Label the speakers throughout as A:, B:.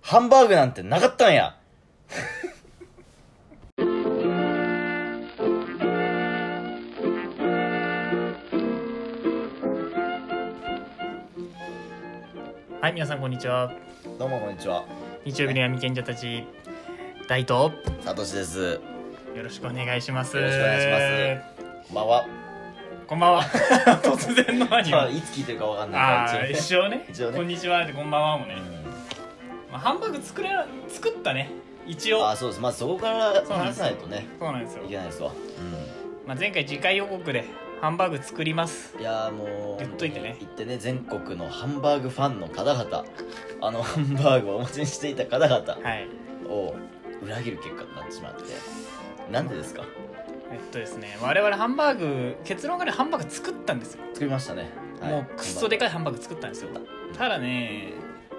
A: ハンバーグなんてなかったんや。
B: はい、皆さんこんにちは。
A: どうもこんにちは。
B: 日曜日の闇賢者たち、大と
A: サトシです。よ
B: よろしくお願いします。
A: ろしくお願いします。こんばんは。
B: ます。こんばんは。 突然の兄
A: まあ
B: は。
A: いつ聞いてるかわかんない
B: あ
A: から
B: あ、
A: 一応
B: 一応ね。
A: 一応ね
B: こんにちはってこんばんはもね。
A: うん
B: まあ、ハンバーグ作れな作ったね。一
A: あ
B: 応
A: ー。そうです。まずそこから話さないとね、
B: そうなんですよ
A: い。けないですわ。うん
B: まあ、前回次回予告でハンバーグ作ります。
A: いやーもう、
B: 言っといてね
A: 言ってね、全国のハンバーグファンの方々、 あのハンバーグをお待ちにしていた方々
B: はい。
A: を裏切る結果になってしまって。なんでですか
B: えっとですね、我々ハンバーグ結論からハンバーグ作ったんですよ。
A: 作りましたね。はい
B: もうくっそでかいハンバーグ作ったんですよただね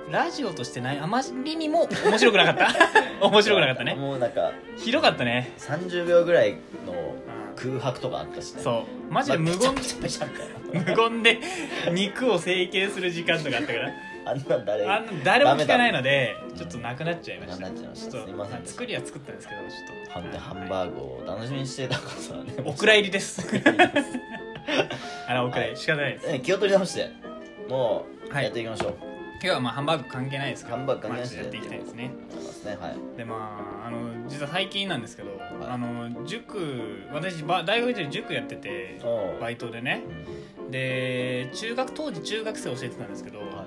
B: ラジオとしてないあまりにも面白くなかった 面白くなかったね
A: もうなんか
B: ひどかったね
A: 30秒ぐらいの空白とかあったしね
B: そうマジで無言
A: まあペチャペチャペチャみたいな
B: 無言で肉を成形する時間とかあったから
A: あんなん誰
B: あんな誰も聞かないのでちょっとなくなっちゃいました
A: なくなっちゃいました
B: ちょっと
A: すいませんでした
B: 作りは作ったんですけどちょっと
A: ハン
B: はい
A: ハンバーグを楽しみにしてたから ね
B: お蔵入りです あらお蔵入
A: は
B: り
A: い
B: 仕方ないです
A: ね気を取り直してもう
B: はい
A: やっていきましょう、
B: 今日はまあハンバーグ関係ないですから
A: ハンバーグ関係ないです
B: まあちょっとやっていきたいですね
A: 思いますねはい
B: でまああの実は最近なんですけど、あの塾私ば大学時代塾やってて
A: おう
B: バイトでね
A: うん
B: で中学当時中学生教えてたんですけど、
A: はいはい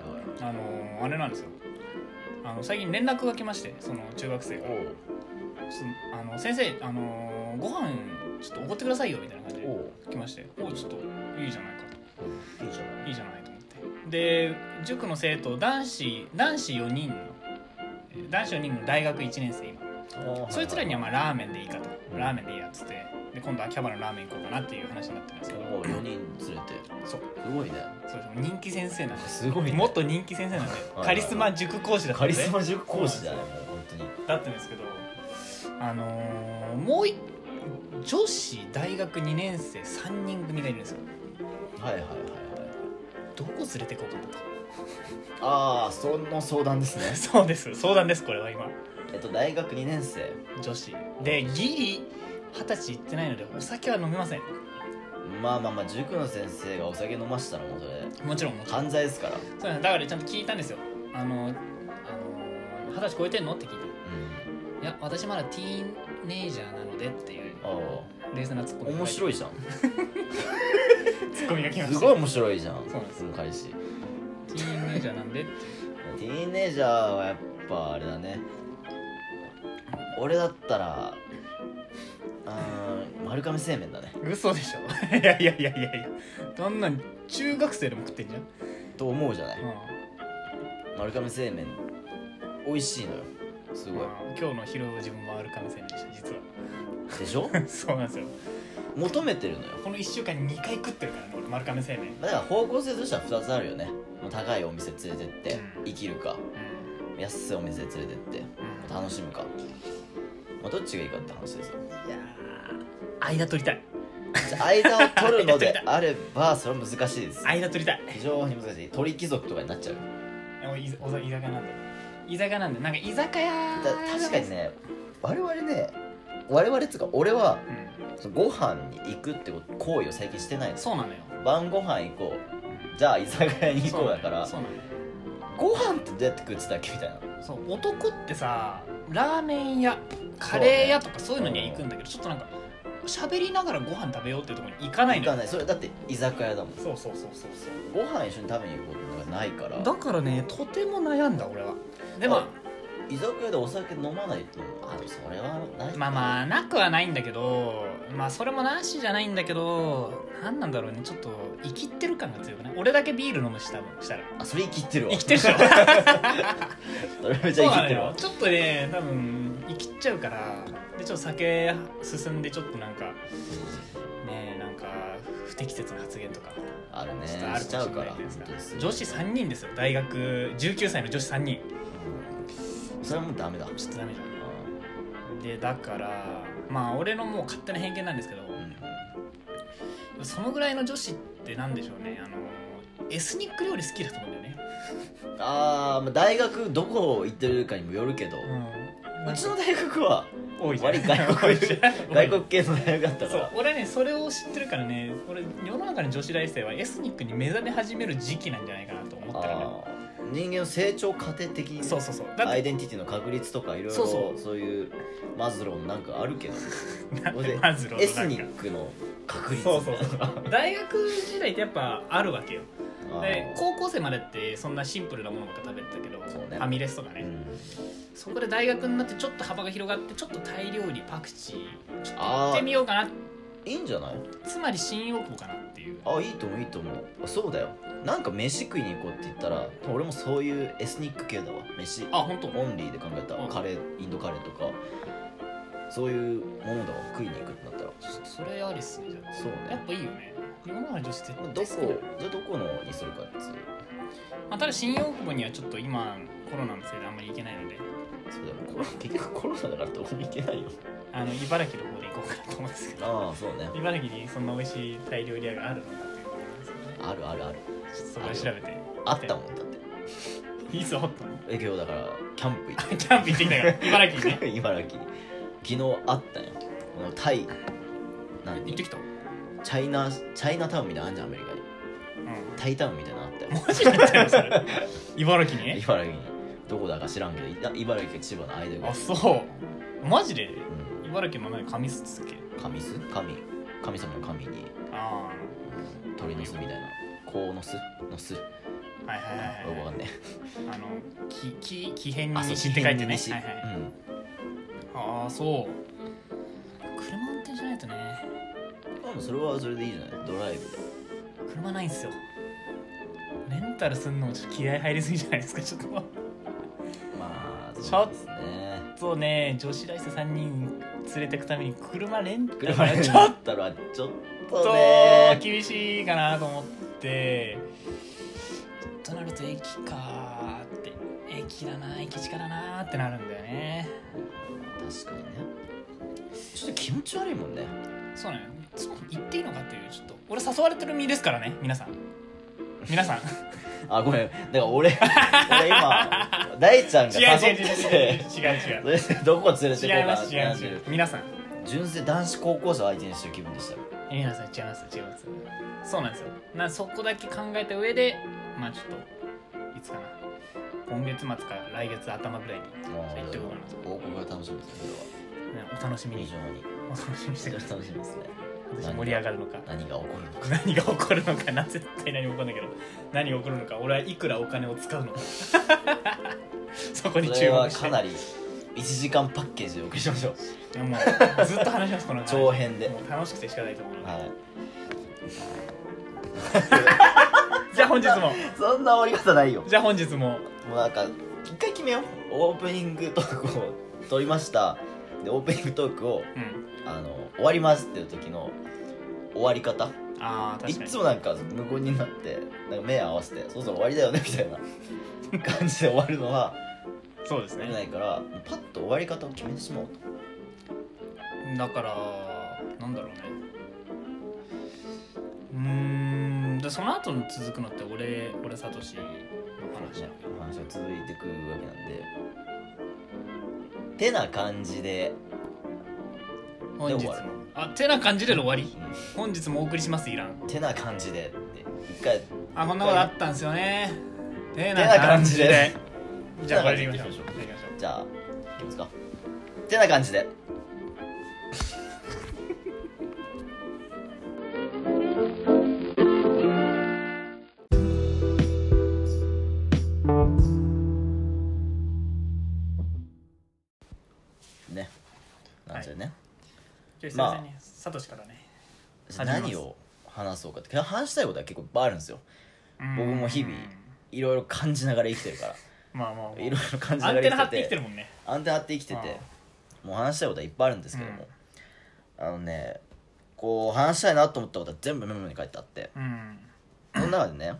B: あのあれなんですよあの最近連絡が来ましてその中学生が
A: おう
B: そのあの先生あのご飯ちょっとおごってくださいよみたいな感じ
A: お
B: で
A: う
B: 来ましておうちょっといいじゃないか
A: いいじゃない
B: といいじゃないと思ってで塾の生徒男子男子4人の男子4人の大学1年生今そいつらにはまあラーメンでいいかと、
A: うん
B: ラーメンでいいやっつってで今度秋葉原のラーメン行こうかなっていう話になってるんですけど
A: もう4人連れて
B: そう
A: すごいね
B: そうそう人気先生なんです
A: すごいね
B: もっと人気先生なんで
A: いはい
B: カリスマ塾講師だった
A: カ
B: んで
A: リスマ塾講師だよもう本当に
B: だったんですけどあのーもう一女子大学2年生3人組がいるんですよ
A: はいはいはいはい
B: どこ連れてこうかなと
A: ああその相談ですね
B: そうです相談ですこれは今
A: えっと大学2年生
B: 女子でギリ二十歳行ってないのでお酒は飲めません
A: まあまあまあ塾の先生がお酒飲ましたらもうそれ
B: もちろんもちろん
A: 犯罪ですから、
B: そうなんですだからちゃんと聞いたんですよあのあの二十歳超えてんのって聞いた
A: う
B: いや私まだティーンネイジャーなのでっていう冷静なツッコミ
A: 面白
B: い
A: いじゃん
B: ツッコミが来ま
A: す
B: した
A: ごい面白いじゃん
B: そうなんです
A: その返し
B: ティーンネイジャーなんでって
A: ティーンエイジャーはやっぱあれだね俺だったらうーん丸亀製麺だね
B: 嘘でしょいやいやいやいやいやそんなん中学生でも食ってんじゃん、
A: と思うじゃない
B: うん
A: 丸亀製麺美味しいのよすごい
B: 今日の昼自分もある可能性でした実は
A: でしょ
B: そうなんですよ
A: 求めてるのよ
B: この1週間に2回食ってるからね俺丸亀製麺
A: だから方向性としては2つあるよねもう高いお店連れてって生きるか安いお店連れてって
B: うん
A: 楽しむか、まあ、どっちがいいかって話ですよ
B: いやー間取りたい
A: じゃあ間を取るの
B: やっ
A: で
B: てみ
A: あればそれは難しいです
B: 間取りたい
A: 非常に難しい鳥貴族とかになっちゃう
B: もういざおざ居酒屋なんで居酒屋なんでなんか居酒屋
A: だ確かにね我々ね我々っつうか俺は
B: うん
A: そのご飯に行くってこと行為を最近してないんですよ
B: そうなのよ
A: 晩ご飯行こうじゃあ居酒屋に行こうだから
B: そうなのよ
A: ご飯ってどうやって食ってたっけみたいな
B: そう男ってさラーメン屋カレー屋とかそういうのには行くんだけどちょっとなんか喋りながらご飯食べようっていうところに行かな
A: 行
B: いの
A: か
B: よ
A: ないそれだって居酒屋だもん
B: そうそうそうそうそ
A: ご飯一緒に食べに行こうとかないから
B: うだからねとても悩んだ俺はでも
A: あ居酒屋でお酒飲まないっていうのもあでもそれはない
B: まあまあなくはないんだけどまあそれもなしじゃないんだけどなんなんだろうねちょっと生きってる感が強くない俺だけビール飲むし多分したら
A: あ それ生きってるわ
B: 生きてるでし ょ
A: それめち
B: そう
A: ゃ生き
B: なの
A: てるわ
B: よちょっとね多分生きっちゃうからでちょっと酒進んでちょっとなんかねえなんか不適切な発言とか
A: あるね
B: ちょっとある
A: し
B: か
A: ちゃ
B: も
A: う
B: しれ
A: か
B: な
A: ら
B: いじゃないですか
A: 本当にすごい
B: 女子3人ですよ大学19歳の女子3人
A: うんそれはもうダメだ
B: ちょっとダメじゃ
A: うん
B: でだからまあ俺のもう勝手な偏見なんですけ
A: ん
B: どそのぐらいの女子ってなんでしょうねあのエスニック料理好きだと思うんだよね
A: あーまあ大学どこ行ってるかにもよるけど、うちの大学は
B: 多いじゃん
A: 割と外国
B: 多いじゃん
A: 外国系の大学だったか
B: そう
A: ら
B: 俺はねそれを知ってるからね俺世の中の女子大生はエスニックに目覚め始める時期なんじゃないかなと思ったから
A: あー人間の成長過程的に
B: そうそうそうだっ
A: アイ
B: て
A: デンティティの確立とかいろい
B: そう
A: ろ
B: そう
A: そういうマズローのなんかあ るけど
B: なん
A: 俺
B: でマズロー
A: エ
B: のな
A: ス
B: ん
A: ニ
B: か
A: ックの確率
B: そうそうそう大学時代ってやっぱあるわけよ
A: あー
B: で高校生までってそんなシンプルなものばっか食べてたけど、
A: そうね
B: ファミレスとかね、
A: うん
B: そこで大学になってちょっと幅が広がってちょっとタイ料理パクチーちょっと行
A: あー
B: ってみようかない
A: いんじゃない
B: つまり新大久保かなっていう
A: あいいと思ういいと思うあそうだよなんか飯食いに行こうって言ったら俺もそういうエスニック系だわ飯
B: あ本当
A: オンリーで考えた
B: うん
A: カレーインドカレーとかそういうものだわ食いに行くってなったら
B: それありっすねじゃあ
A: そう
B: や
A: ね
B: っぱいいよね世の中の女子絶対
A: ま
B: 好
A: あど
B: き
A: こ
B: だよ
A: じゃあどこのにするかっつう
B: まあ、ただ新大久保にはちょっと今コロナのせいであんまり行けないので
A: そうだよコロ結局コロナだからどこも行けないよ
B: あの茨城の方で行こうかなと思うんですけど
A: ああそうね
B: 茨城にそんな美味しいタイ料理屋があるのかっていうところなんですよね
A: あるあるある
B: ちょっとそこで調べて
A: あったもんだって
B: いつあったの
A: え今日だからキャンプ行っ
B: キャンプ行ってきたから茨城にね
A: て茨城に昨日あったよこのタイ何
B: 行ってきた
A: チャイナチャイナタウンみたいなのあんじゃんアメリカに
B: うん
A: タイタウンみたいなのあったよ
B: マジで言ってるそれ茨城にね
A: 茨城にどこだか知らんけどいた茨城と千葉の間ぐら
B: あ
A: い
B: そうマジで
A: う
B: 茨城の何神すつけ
A: ん神巣神神様の神に
B: あ
A: 鳥の巣みたいな鴻の巣の巣よ
B: あはいはいはい
A: くわ
B: は
A: か
B: い
A: んね
B: あの「きき木変に
A: あそう
B: 西」って書
A: 木偏
B: いて
A: に
B: ね
A: 西
B: はいはい
A: うん
B: ああそう車運転じゃないとね
A: でもそれはそれでいいじゃないドライブで
B: 車ないんすよレンタルすんのもちょっと気合入りすぎじゃないですかちょっと
A: まあ
B: ちょ
A: そうですね
B: そうね女子大生3人連れてくために車レンタル
A: 車
B: は
A: で
B: ち
A: ち
B: ょっ
A: ょっとはちょっ
B: と
A: とね
B: 厳しいかなと思ってとなると駅かーって駅だな駅近だなーってなるんだよね
A: 確かにねちょっと気持ち悪いもんね
B: そうなのよそう言っていいのかっていうちょっと俺誘われてる身ですからね皆さん皆 さん
A: あごめんだから俺 俺今大ちゃんが
B: 違う違う違う違う違う
A: 誘って
B: 違う
A: てそれで どこ連れてこ
B: 違いう
A: か
B: ま
A: なっ
B: す
A: て
B: 違い
A: な
B: ま
A: っ
B: す
A: てる
B: 皆さん
A: 純粋男子高校生を相手にしてる気分でしたよ
B: 皆さん違います違いますそうなんですよなそこだけ考えた上でまあちょっといつかな今月末か来月頭ぐらいに行ってこうかなと、ね、
A: 高校が楽しみですね
B: お楽し
A: こ
B: み
A: れは
B: に
A: 非常に
B: お楽しみにしてください
A: 楽しみですね
B: 私盛り上がるのか
A: 何が起こるのか
B: 何が起こるのかな絶対何も起こんないけど何が起こるのか俺はいくらお金を使 うのかそこに
A: そ
B: 注
A: れ
B: 目
A: は
B: して
A: かなり1時間パッケージでお送りしましょう
B: いやもうずっと話しますこの話
A: 長編で
B: もう楽しくて仕方ないと思うので、
A: はい
B: じゃあ本日も
A: そんな終わり方ないよ
B: じゃあ本日
A: も
B: も
A: うなんか一回決めようオープニングトークを撮りましたでオープニングトークを
B: うん
A: あの終わりますっていう時の終わり方
B: ああ
A: い
B: 確
A: っ
B: かに
A: つもなんか無言になってなんか目合わせて「そろそろ終わりだよね」みたいな 感じで終わるのは
B: そうです
A: 良
B: ね
A: くないからもうパッと終わり方を決めてしまおうと
B: だからなんだろうねうーんでその後の続くのって俺俺サトシの話なの
A: お話が続いてくわけなんでてな感じで
B: 本日
A: で終
B: も
A: わる
B: あてな感じでの終わり
A: う
B: 本日もお送りしますイラン
A: んてな感じでって一回
B: あこんなことあったんですよねて
A: な感じで
B: じゃあこれでいきましょう
A: てな
B: 行きましょ
A: じゃあいきますかてな感じでねなんですよね、
B: うじゃあ久々にサトシからね
A: じゃあ何を話そうかって話したいことは結構いっぱいあるんですよ
B: うん
A: 僕も日々いろいろ感じながら生きてるか
B: まあまあま
A: らいろいろ感じ
B: あア
A: な
B: ン
A: が
B: テナ張
A: ら
B: っ
A: 生き
B: て
A: てて
B: 生きてるもんね
A: アンテナ張って生きててもう話したいことはいっぱいあるんですけども、あのねこう話したいなと思ったことは全部メモに書いてあって
B: うん
A: その中でね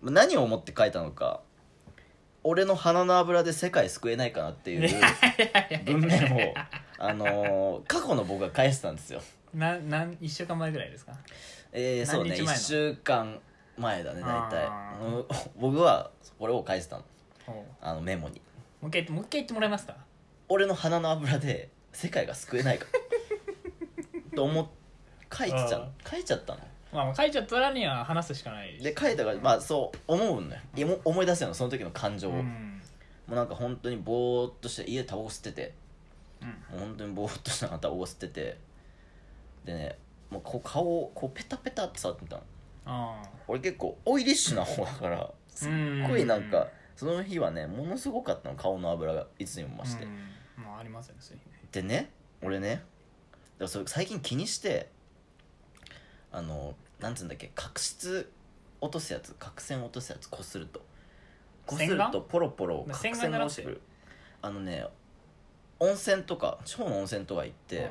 A: まあ何を思って書いたのか俺の鼻の油で世界救えないかなって いう文面をあのー過去の僕が返してたんですよ
B: ななん一週間前ぐらいですか
A: えー、そうね
B: 何日前の
A: 1週間前だね大体
B: あ
A: うん僕はこれを書いてたの
B: おうも
A: あのメモに
B: う一回言ってもう一回言ってもらえますか
A: 俺の鼻の油で世界が救えないかと思っ書いてたの書いちゃったの
B: まあまあ書いちゃったらには話すしかない
A: で書いたからまあそう思うんだよいも思い出すのその時の感情
B: う
A: を、も
B: ん
A: うなんか本当にぼーっとして家でタバコ吸ってて
B: うん
A: もう本当にぼーっとしながらタバコ吸っててでねもうこう顔をこうペタペタって触ってみたの
B: あ
A: 俺結構オイリッシュな方だからすっごいなんかその日はねものすごかったの顔の油がいつにも増
B: ま
A: して、
B: まあありますよねそういう
A: で
B: 日ね
A: ね俺ねだからそれ最近気にしてあのなんつうんだっけ角質落とすやつ角栓落とすやつこするとこす
B: 洗
A: る
B: 顔
A: とポロポロ角栓
B: 洗顔じゃ
A: が
B: な
A: 落
B: く
A: ち
B: て
A: てくるあのね温泉とか地方の温泉とか行って、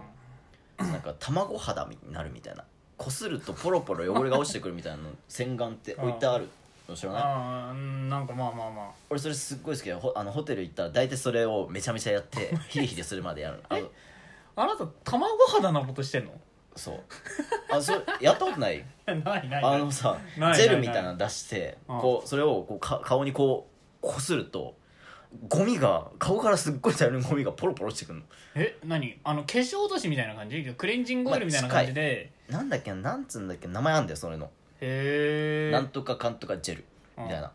A: なんか卵肌になるみたいなこするとポロポロ汚れが落ちてくるみた いなの洗顔って置いてあるの知ら
B: うん
A: ない
B: ああうんなんかまあまあまあ
A: 俺それすっごい好きでほあのホテル行ったら大体それをめちゃめちゃやって ヒリヒリするまでやるのあの
B: あなた卵肌なことしてんの
A: そうあそれやったことない
B: ないない
A: あ
B: ない
A: のさ
B: ないない
A: ジェルみたいなの出して
B: うん
A: こうそれをこうか顔にこうこするとゴミが顔からすっごい大量のゴミがポロポロ落ちてくるの
B: え何あの化粧落としみたいな感じクレンジングオイルみたいな感じで、
A: なんだっけななんつうんだっけ名前あんだよそれの、
B: へえ
A: なんとかかんとかジェルみたい
B: な、
A: な、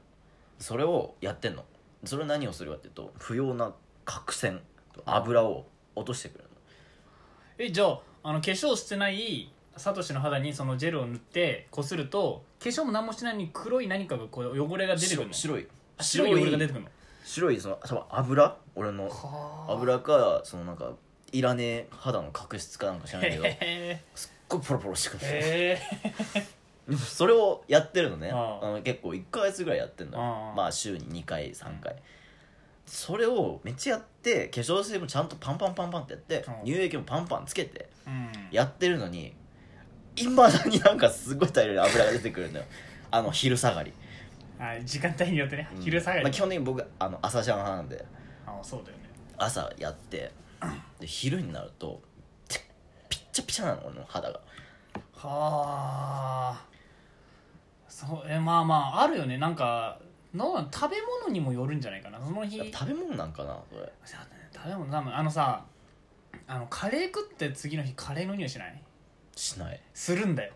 A: それをやってんのそれ何をするかっていうと不要な角栓油を落としてくれる
B: うんえじゃああの化粧してないサトシの肌にそのジェルを塗ってこすると化粧も何もしてないのに黒い何かがこう汚れが
A: の
B: 出てくるの
A: 白い
B: あ白い汚れが出てくるの
A: 白いその多分油俺の
B: は
A: 油かそのなんかいらねえ肌の角質かなんか知ら
B: あ
A: ないけどすっ
B: へ
A: ごいポロポロしてく
B: え
A: る
B: へ
A: でもそれをやってるのね
B: あ
A: あ
B: あ
A: の結構1ヶ月ぐらいやってんの
B: ああ
A: まあ週に2回3回それをめっちゃやって化粧水もちゃんとパンパンパンパンってやって
B: ああ
A: 乳液もパンパンつけて
B: えうん
A: やってるのにいまだになんかすごい大量に油が出てくるのよあの昼下がり、
B: あ時間帯によってね
A: うん
B: 昼下がり、
A: まあ、基本的に僕あの朝シャン派なんで
B: あそうだよね
A: 朝やってで昼になるとてピッチャピチャなの俺の肌が
B: はあそうえまあまああるよねなんかどうなん食べ物にもよるんじゃないかなその日
A: 食べ物なんかなそれ
B: そうだね食べ物多分あのさあのカレー食って次の日カレーの匂いしない
A: しない
B: するん だよ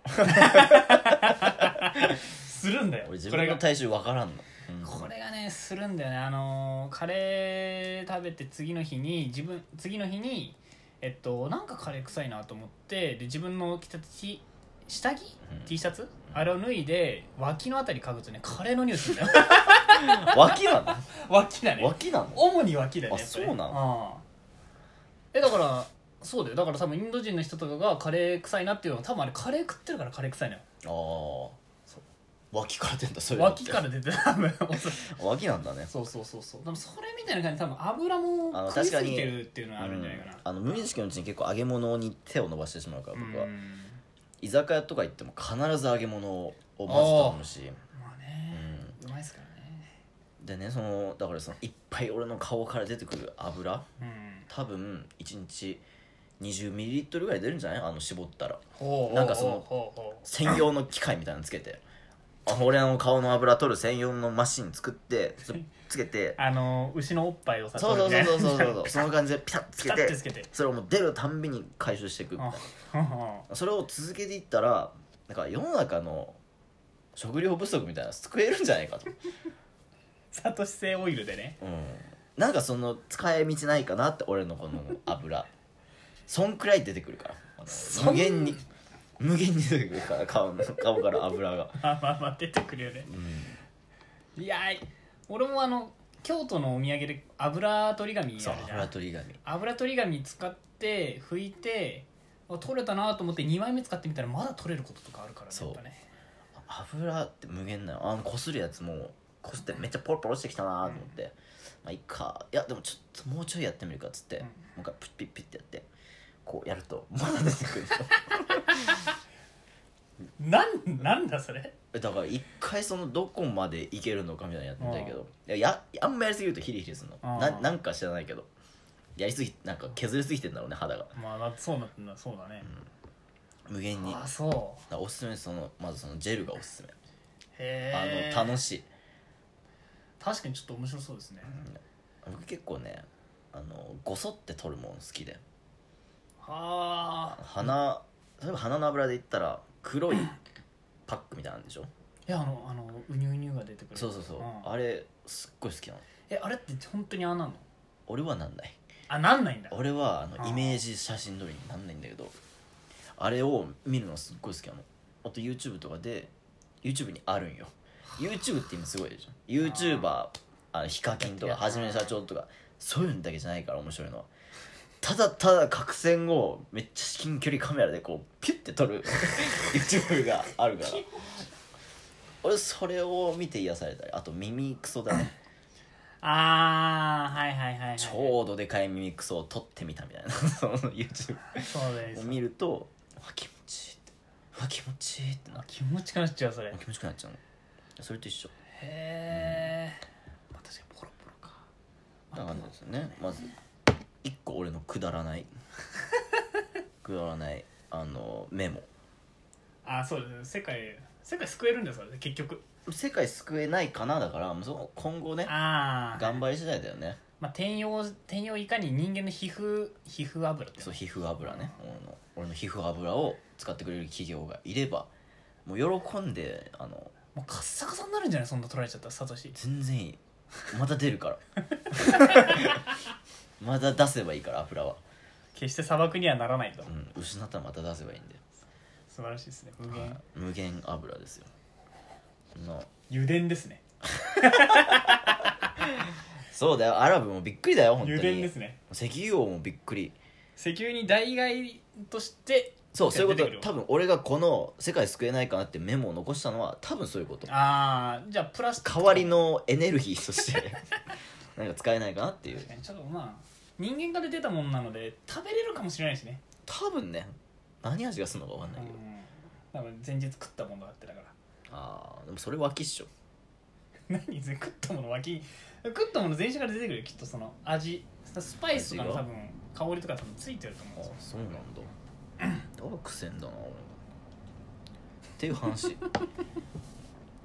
B: するんだよ
A: 俺自
B: これ
A: 分の
B: が
A: 体臭分からんの、うん
B: これがねするんだよねあのーカレー食べて次の日に自分次の日にえっとなんかカレー臭いなと思ってで自分の着た T 下着
A: うん
B: T シャツあれを脱いで脇のあたり嗅ぐとねカレーの匂いするんだよ
A: 脇な
B: 脇だ
A: の
B: ね
A: 脇なの
B: 主に脇だね
A: あ
B: やっぱり
A: そうな
B: のえだからそうだよだから多分インド人の人とかがカレー臭いなっていうのは多分あれカレー食ってるからカレー臭いのよ
A: あーそう脇から出んだそれ
B: 脇から出てる多分
A: 脇なんだね
B: そうそうそうそうでもそれみたいな感じで多分油も
A: あの
B: 食い
A: 確か
B: す
A: に
B: ぎてるっていうのはあるんじゃないかな
A: うんあの無意識のうちに結構揚げ物に手を伸ばしてしまうから
B: うん
A: 僕は、居酒屋とか行っても必ず揚げ物をまず頼むし、
B: まあ
A: う
B: ね
A: ん、
B: うまいっすから
A: でねそのだからそのいっぱい俺の顔から出てくる油
B: ねうん
A: 多分1日20ミリリットルぐらい出るんじゃないあの絞ったら
B: ほう
A: なんかその
B: ほうほうほう
A: 専用の機械みたいなのつけてあ俺の顔の油取る専用のマシン作ってそれつけて
B: あの牛のおっぱいをさ
A: そうそうそうそうそうそうそう
B: ピ
A: その感じでピタッつけ
B: タッ
A: て
B: てつけて
A: それをもう出るたんびに回収していくみたいな
B: あ
A: それを続けていったらなんか世の中の食料不足みたいなの救えるんじゃないかと、
B: サトシ製オイルでね
A: うん、なんかその使い道ないかなって俺のこの油そんくらい出てくるからあの
B: そ
A: 無
B: ん
A: 限に無限に出てくるから顔の顔から油が、
B: まあまあまあ出てくるよね
A: うん、
B: いやー俺もあの京都のお土産で油取り紙あるじ
A: そう
B: ゃ
A: 油
B: ん
A: 取り紙
B: 油取り紙使って拭いてあ取れたなと思って2枚目使ってみたらまだ取れることとかあるからね
A: そう
B: やっぱね
A: 油って無限なのあのこするやつもこすってめっちゃポロポロしてきたなと思って、まあいいかいやでもちょっともうちょいやってみるかっつって、
B: うん
A: もう一回プッピッピッってやってこうやるとまだ出てくる
B: なんなんだそれ
A: だから一回そのどこまでいけるのかみたいなのやってんだけど、いややあんまやりすぎるとヒリヒリするの、
B: うん
A: ななんか知らないけどやりすぎなんか削りすぎてんだろうね肌が
B: まあだってそうなったんだそうだね
A: 無限にだ
B: あ
A: か
B: そう
A: らおすすめそのまずそのジェルがおすすめ
B: へ
A: あ
B: へえ
A: の楽しい
B: 確かにちょっと面白そうですね、
A: 僕結構ねあのごそって取るもん好きで
B: はあ
A: 鼻例えば鼻の油で言ったら黒いパックみたいなんでしょ
B: いやあのあのウニュウニュが出てくる
A: そうそうそう、
B: ん
A: あれすっごい好きなの
B: えあれって本当にあんなの
A: 俺はなんない
B: あなんないんだ
A: 俺はあ
B: あ
A: の
B: ー
A: イメージ写真通りになんないんだけどあれを見るのすっごい好きなのあと YouTube とかで YouTube にあるんよ YouTube って今すごいでしょ YouTuber あのヒカキンとか
B: やってるや
A: は
B: つ
A: じめ社長とかそういうのだけじゃないから面白いのはただただ角線をめっちゃ至近距離カメラでこうピュッて撮 る YouTube があるから俺それを見て癒されたりあと耳クソだね
B: ああはいはいはい、はい、
A: ちょうどでかい耳クソを撮ってみたみたいなその YouTube
B: そうです
A: 見ると「あ気持ちいい」って「あ気持ちいい」ってな
B: 気持ちくなっちゃうそれへ
A: 気持ちよくなっちゃうのそれと一緒
B: え、まあ、確かにポロポロか
A: だからですよねまず一個俺のくだらない くだらないあのメモ
B: あそうですね世界世界救えるんですよそれ結局
A: 世界救えないかなだからその今後ね
B: ああ
A: 頑張り次第だよね
B: まあ転用転用いかに人間の皮膚皮膚油ってい
A: そう皮膚油ね俺の俺の皮膚油を使ってくれる企業がいればもう喜んであの
B: もうカッサカサになるんじゃないそんな取られちゃったらサトシ
A: 全然いいまた出るから また出せばいいから油は、
B: 決して砂漠にはならないと、
A: うん、失ったらまた出せばいいんで
B: 素晴らしいですね無限、
A: はい無限油ですよの
B: 油田ですね
A: そうだよアラブもびっくりだよ本当に
B: 油田ですね
A: 石油王もびっくり
B: 石油に代替として
A: そうそういうこ
B: 出て
A: と
B: くる
A: 多分俺がこの「世界救えないかな」ってメモを残したのは多分そういうこと
B: ああじゃあプラス
A: 代わりのエネルギーとして なんか使えないかなっていう
B: 確かにちょっとまあ人間から出たものなので食べれるかもしれないしね
A: 多分ね何味がするのか分かん
B: う
A: ないけど、
B: ん多分前日食ったものだってだから
A: ああでもそれ脇っしょ
B: 何ぜ食ったもの脇に食ったもの全身から出てくるよきっとその味スパイスとかの
A: 味が
B: 多分香りとか多分ついてると思うん
A: あ
B: です
A: そ
B: よ
A: うなんだだから癖んだな俺っていう話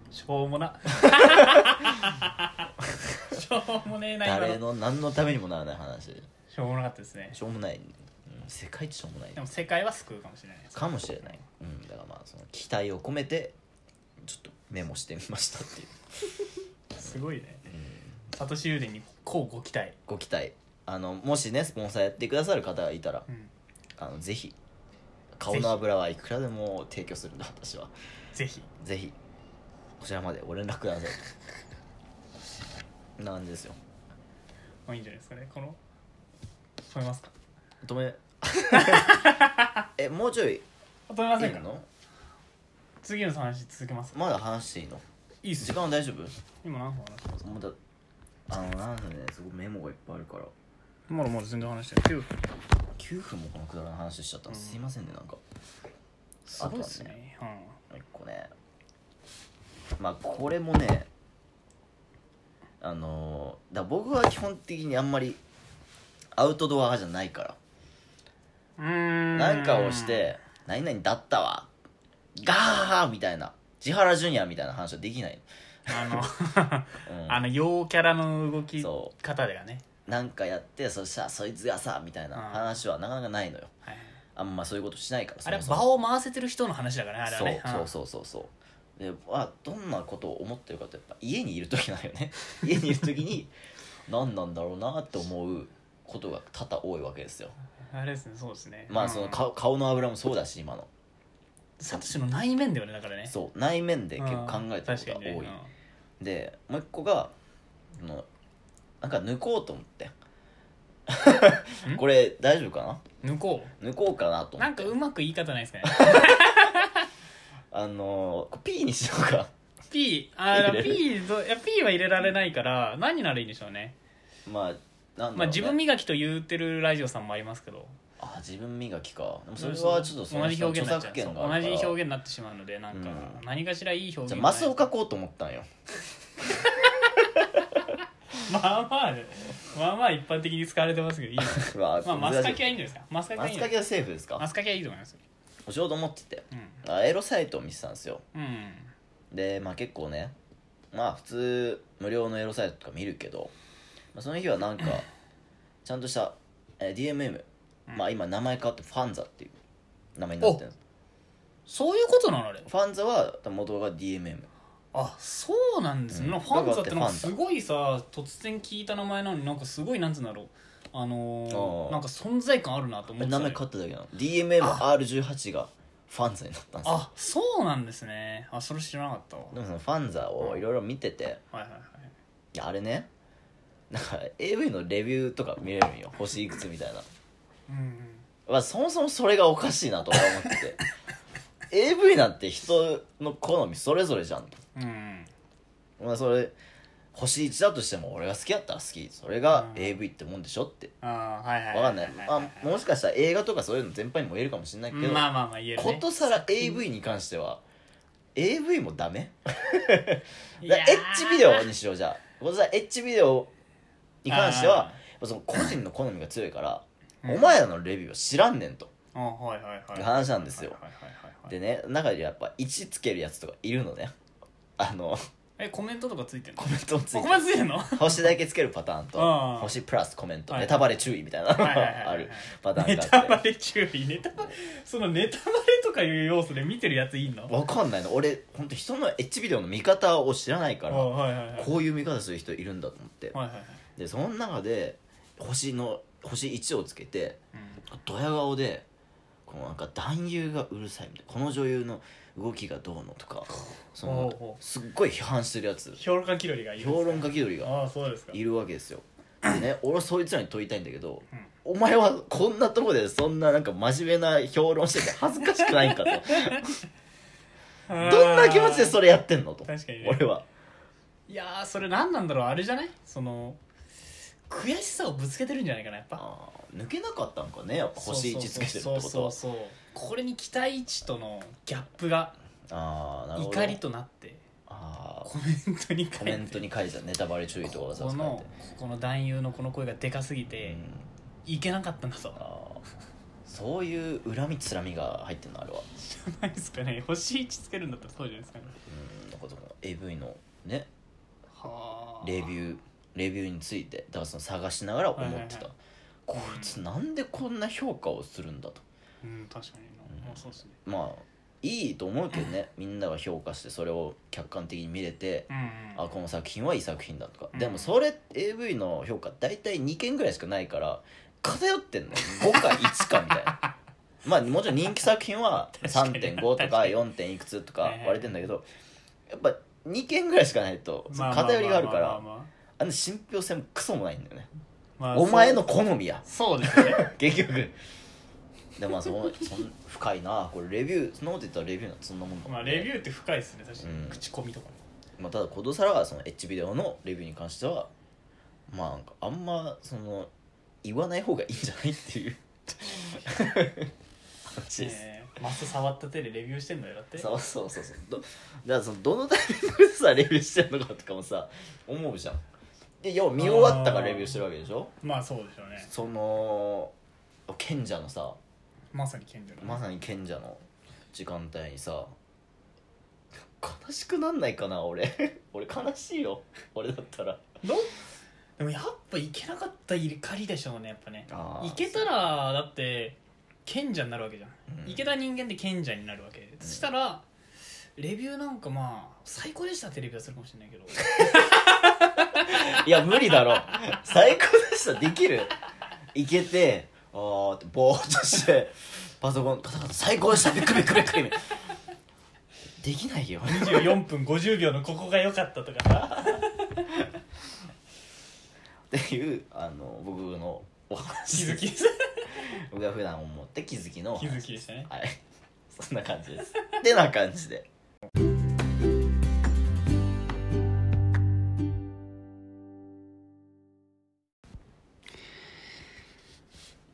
B: しょう もなしょうも ねえな今
A: 誰
B: の
A: の何のためにもならない話
B: しょうもなかったですね
A: しょうもない、うん、世界一しょうもない
B: でも世界は救うかもしれないです
A: かもしれない、うん、だからまあその期待を込めてちょっとメモしてみましたっていう、
B: すごいね
A: うん
B: サトシ油田にこうご期待
A: ご期待あのもしねスポンサーやってくださる方がいたら
B: うん
A: あのぜひ顔の油はいくらでも提供するんだ私は
B: ぜひ
A: ぜひこちらまでご連絡くださいなんですよ
B: まあいいんじゃないですかねこの止めますか
A: 止めえもうちょいい
B: あ止めません
A: い
B: か
A: の
B: 次の話続けますか
A: まだ話していいの
B: いいっ
A: 時間は大丈夫
B: 今何分話した
A: まだあのなんだねすごいメモがいっぱいあるから
B: まだまだ全然話してる
A: 9分もこのくだらない話しちゃったの、
B: うん
A: すいませんねなんか
B: すごいっすね
A: もう一個ねまあこれもねあのーだから僕は基本的にあんまりアウトドア派じゃないから
B: うんうーん
A: なんかをして「何々だったわ」ガーみたいな千原ジュニアみたいな話はできない
B: あの
A: の、うん
B: あの 陽キャラの動き
A: そ
B: 方ではね
A: なんかやってそしたらそいつがさみたいな話はなかなかないのよ
B: はいはい
A: あんまそういうことしないから
B: あれは
A: そもそも
B: 場を回せてる人の話だからねあれはね
A: そうそうそうそうそうであどんなことを思ってるかとやっぱ家にいる時なんよ ね家にいる時に何なんだろうなって思うことが多々多いわけですよ
B: うんあれですねそうですね
A: まあその顔顔の油もそうだし今の
B: サトシの内面だよねだからね
A: そう内面で
B: う
A: 結構考えたことが
B: ん確かに
A: 多い、
B: ね
A: でもう一個がそのなんか抜こうと思って
B: ん
A: これ大丈夫か
B: うん抜こ
A: な抜こうかなと
B: う
A: 思
B: な
A: っ
B: んか
A: て
B: うまく言い方ないで すかね
A: あのー、P にしようか
B: P あ
A: 入れる
B: P どいや P は入れられないから何ならいいんでしょうね
A: まあなんだろう、ね、
B: まあ自分磨きと言ってるラジオさんもありますけど
A: あ自分磨きかでもそれはちょっとその
B: 同じ
A: 人の
B: 表
A: 著
B: 現にな
A: 作
B: っちゃうそ
A: 権
B: う
A: があ
B: 同
A: る
B: じ
A: から
B: 表現になってしまうのでなんか
A: うん
B: 何かしらいい表現
A: じゃあ
B: が
A: マスを書こうと思ったんよ
B: まあまあまあまあ一般的に使われてますけど いいです
A: うわ
B: まあマス
A: 難
B: カ
A: し
B: キはいいんじゃないですかマスカ
A: い
B: キは
A: マ
B: いい
A: ス
B: んじ
A: カ
B: ゃない
A: キはセーフです
B: マ
A: か
B: スカキはいいと思いますよ
A: しようと思ってて
B: う
A: あエロサイトを見てたんですよ
B: んうん
A: でまあ結構ねまあ普通無料のエロサイトとか見るけど、まあ、その日は なんかちゃんとした、えー DMM、まあ今名前変わってファンザっていう名前になってるんです
B: そういうことなのあれ
A: ファンザは多分元が DMM
B: あそうなんですね、
A: うん
B: ファンザってなんか
A: ファンザ
B: すごいさ突然聞いた名前なのになんかすごいなんつうんだろうあの
A: あ
B: ー
A: ー
B: なんか存在感あるなと思って
A: 名
B: たの
A: 前
B: よ
A: 変わっただけなの DMMR18 がファンザになったんですよ
B: あそうなんですねあそれ知らなかったわ
A: でもそのファンザをいろいろ見てて
B: はいはいはい
A: いやあれねなんか AV のレビューとか見れるんよ星いくつみたいな
B: うんうん
A: まあ、そもそもそれがおかしいなと俺は思ってて AV なんて人の好みそれぞれじゃんと、
B: うんうん
A: まあ、それ星1だとしても俺が好きだったら好きそれが
B: うん
A: AV ってもんでしょって
B: あーはいはい
A: 分かんない、
B: はは
A: まあ、もしかしたら映画とかそういうの全般にも言えるかもしれないけど、
B: まあまあまあ言える、ね、
A: ことさら AV に関しては AV もダメ
B: い
A: だ
B: や
A: エ
B: ー
A: ッチビデオにしようじゃあことさらエッチビデオに関してはその個人の好みが強いから、
B: うん
A: お前らのレビューは知らんねんと
B: あはいはいはい
A: 話なんですよ
B: はいはいはいはい
A: でね中にはやっぱ1つけるやつとかいるのねあの
B: えコメントとかついてんの
A: コメントもつ
B: あ
A: い
B: コ
A: て
B: メントついてんの
A: 星だけつけるパターンと
B: ああ
A: 星プラスコメント
B: はい
A: ネタバレ注意みたいなの
B: はいはいはいはい
A: があるパターン
B: ネ
A: が
B: タ
A: あ
B: バ
A: って
B: レ注意ネタバレそのネタバレとかいう要素で見てるやついんの
A: わかんないの俺本当人のエッチビデオの見方を知らないか
B: あ
A: ら
B: はいはいはい
A: こういう見方する人いるんだと思って
B: はいはいはい
A: でその中で星の星1をつけてドヤ顔でこのなんか男優がうるさいみたいなこの女優の動きがどうのとかそ
B: ほうほ
A: のすっごい批判してるやつ
B: 評論家気取りがいいです
A: 評論家気取りが
B: ああそうですか
A: いるわけですよでね俺はそいつらに問いたいんだけど、
B: うん
A: お前はこんなとこでそんななんか真面目な評論してて恥ずかしくないんか とどんな気持ちでそれやってんのと
B: 確かにね
A: 俺はい
B: やーそれ何なんだろうあれじゃないその悔しさをぶつけてるんじゃないかなやっぱ
A: あー抜けなかったんかねやっぱ星1つけてるって
B: そう
A: こ
B: そ
A: と
B: う
A: は
B: そうそうこれに期待値とのギャップが
A: ああなるほど
B: 怒りとなって
A: あー
B: コメントに書いて
A: コメントに書いてたネタバレ注意とかわざわ
B: こ
A: ざ書い
B: のこの男優のこの声がでかすぎ
A: て、う
B: て
A: ん、
B: いけなかったんだぞ
A: あーそういう恨みつらみが入ってんのあれは、
B: じゃ ないですかね星1つけるんだったらそうじゃないですかね
A: うん、だからその AV のね
B: は
A: レビ
B: ー
A: ューレビューについてだからその探しながら思ってた、
B: はいはいはい
A: こいつなんでこんな評価をするんだと
B: うん確かにな、
A: うん
B: あそうですね
A: まあいいと思うけどねみんなが評価してそれを客観的に見れて、
B: うん、うん、
A: あこの作品はいい作品だとか、
B: うん
A: でもそれ AV の評価大体2件ぐらいしかないから偏ってんの5か1かみたい なまあもちろん人気作品は
B: 確かに
A: 3.5とか 4. 点いくつとか
B: はいはい
A: 割れてんだけどやっぱ2件ぐらいしかないと偏りがあるから
B: まあまあまあまあ
A: あの信憑性もクソもないんだよね
B: まあまあ
A: お前の好みや
B: そうそうですね
A: 結局でもまあそのそん深いなこれレビューそんなこと言ったらレビューなんてそんなもんだもん
B: まあレビューって深いですね確かに、
A: うん
B: 口コミとかね
A: まあ、ただことさらはそのエッチビデオのレビューに関してはまあなんかあんまその言わない方がいいんじゃないっていう 話です、
B: ねえマス触った手でレビューしてんだよだって
A: そうそうそうそうどだからそのどのタイミングでさレビューしてんのかとかもさ思うじゃんで要は見終わったからレビューしてるわけでしょ
B: まあそうでしょうね
A: その賢者のさ
B: まさに賢者だね
A: まさに賢者の時間帯にさ悲しくなんないかな俺 俺悲しいよ俺だったら
B: どでもやっぱいけなかった怒りでしょうねやっぱね
A: あー
B: いけたらだって賢者になるわけじゃん、
A: うん
B: いけた人間で賢者になるわけ、そしたらレビューなんかまあ最高でしたってレビューはするかもしれないけど
A: いや無理だろ最高でしたできるいけてあーってぼーっとしてパソコンカタカタ最高でしたビクビクビクビクできないよ
B: 24分50秒のここが良かったとかさ
A: っていうあの僕のお話
B: 気づ き気
A: 僕が普段思って気づきのお話
B: づきでしたね
A: はいそんな感じですてな感じで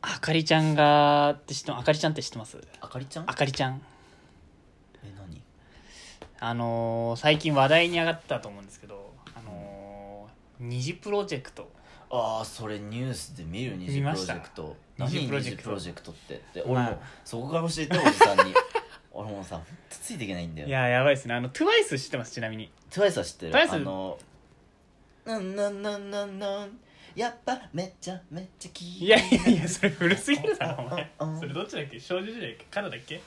B: あかりちゃんがって知ってあかりちゃんって知ってます
A: あかりちゃん
B: あかりちゃん
A: え何
B: あのー最近話題に上がったと思うんですけどあのー二次プロジェクト
A: ああそれニュースで見る二次プロジェクト
B: 見ました
A: 何
B: 二次プロジェク
A: 二次プ
B: ト
A: ロジェクトってって
B: まあ
A: 俺もそこから教えておじさんに 俺もうさほんとついていけないんだよ
B: いややばいですねあの TWICE 知ってますちなみに
A: TWICE は知ってる
B: TWICE
A: あの「なんなんなんなんなんやっぱめちゃめちゃき
B: いやいやいやそれ古すぎるだ ろお前
A: うん
B: それどっちだっけ少女時代かからだっけ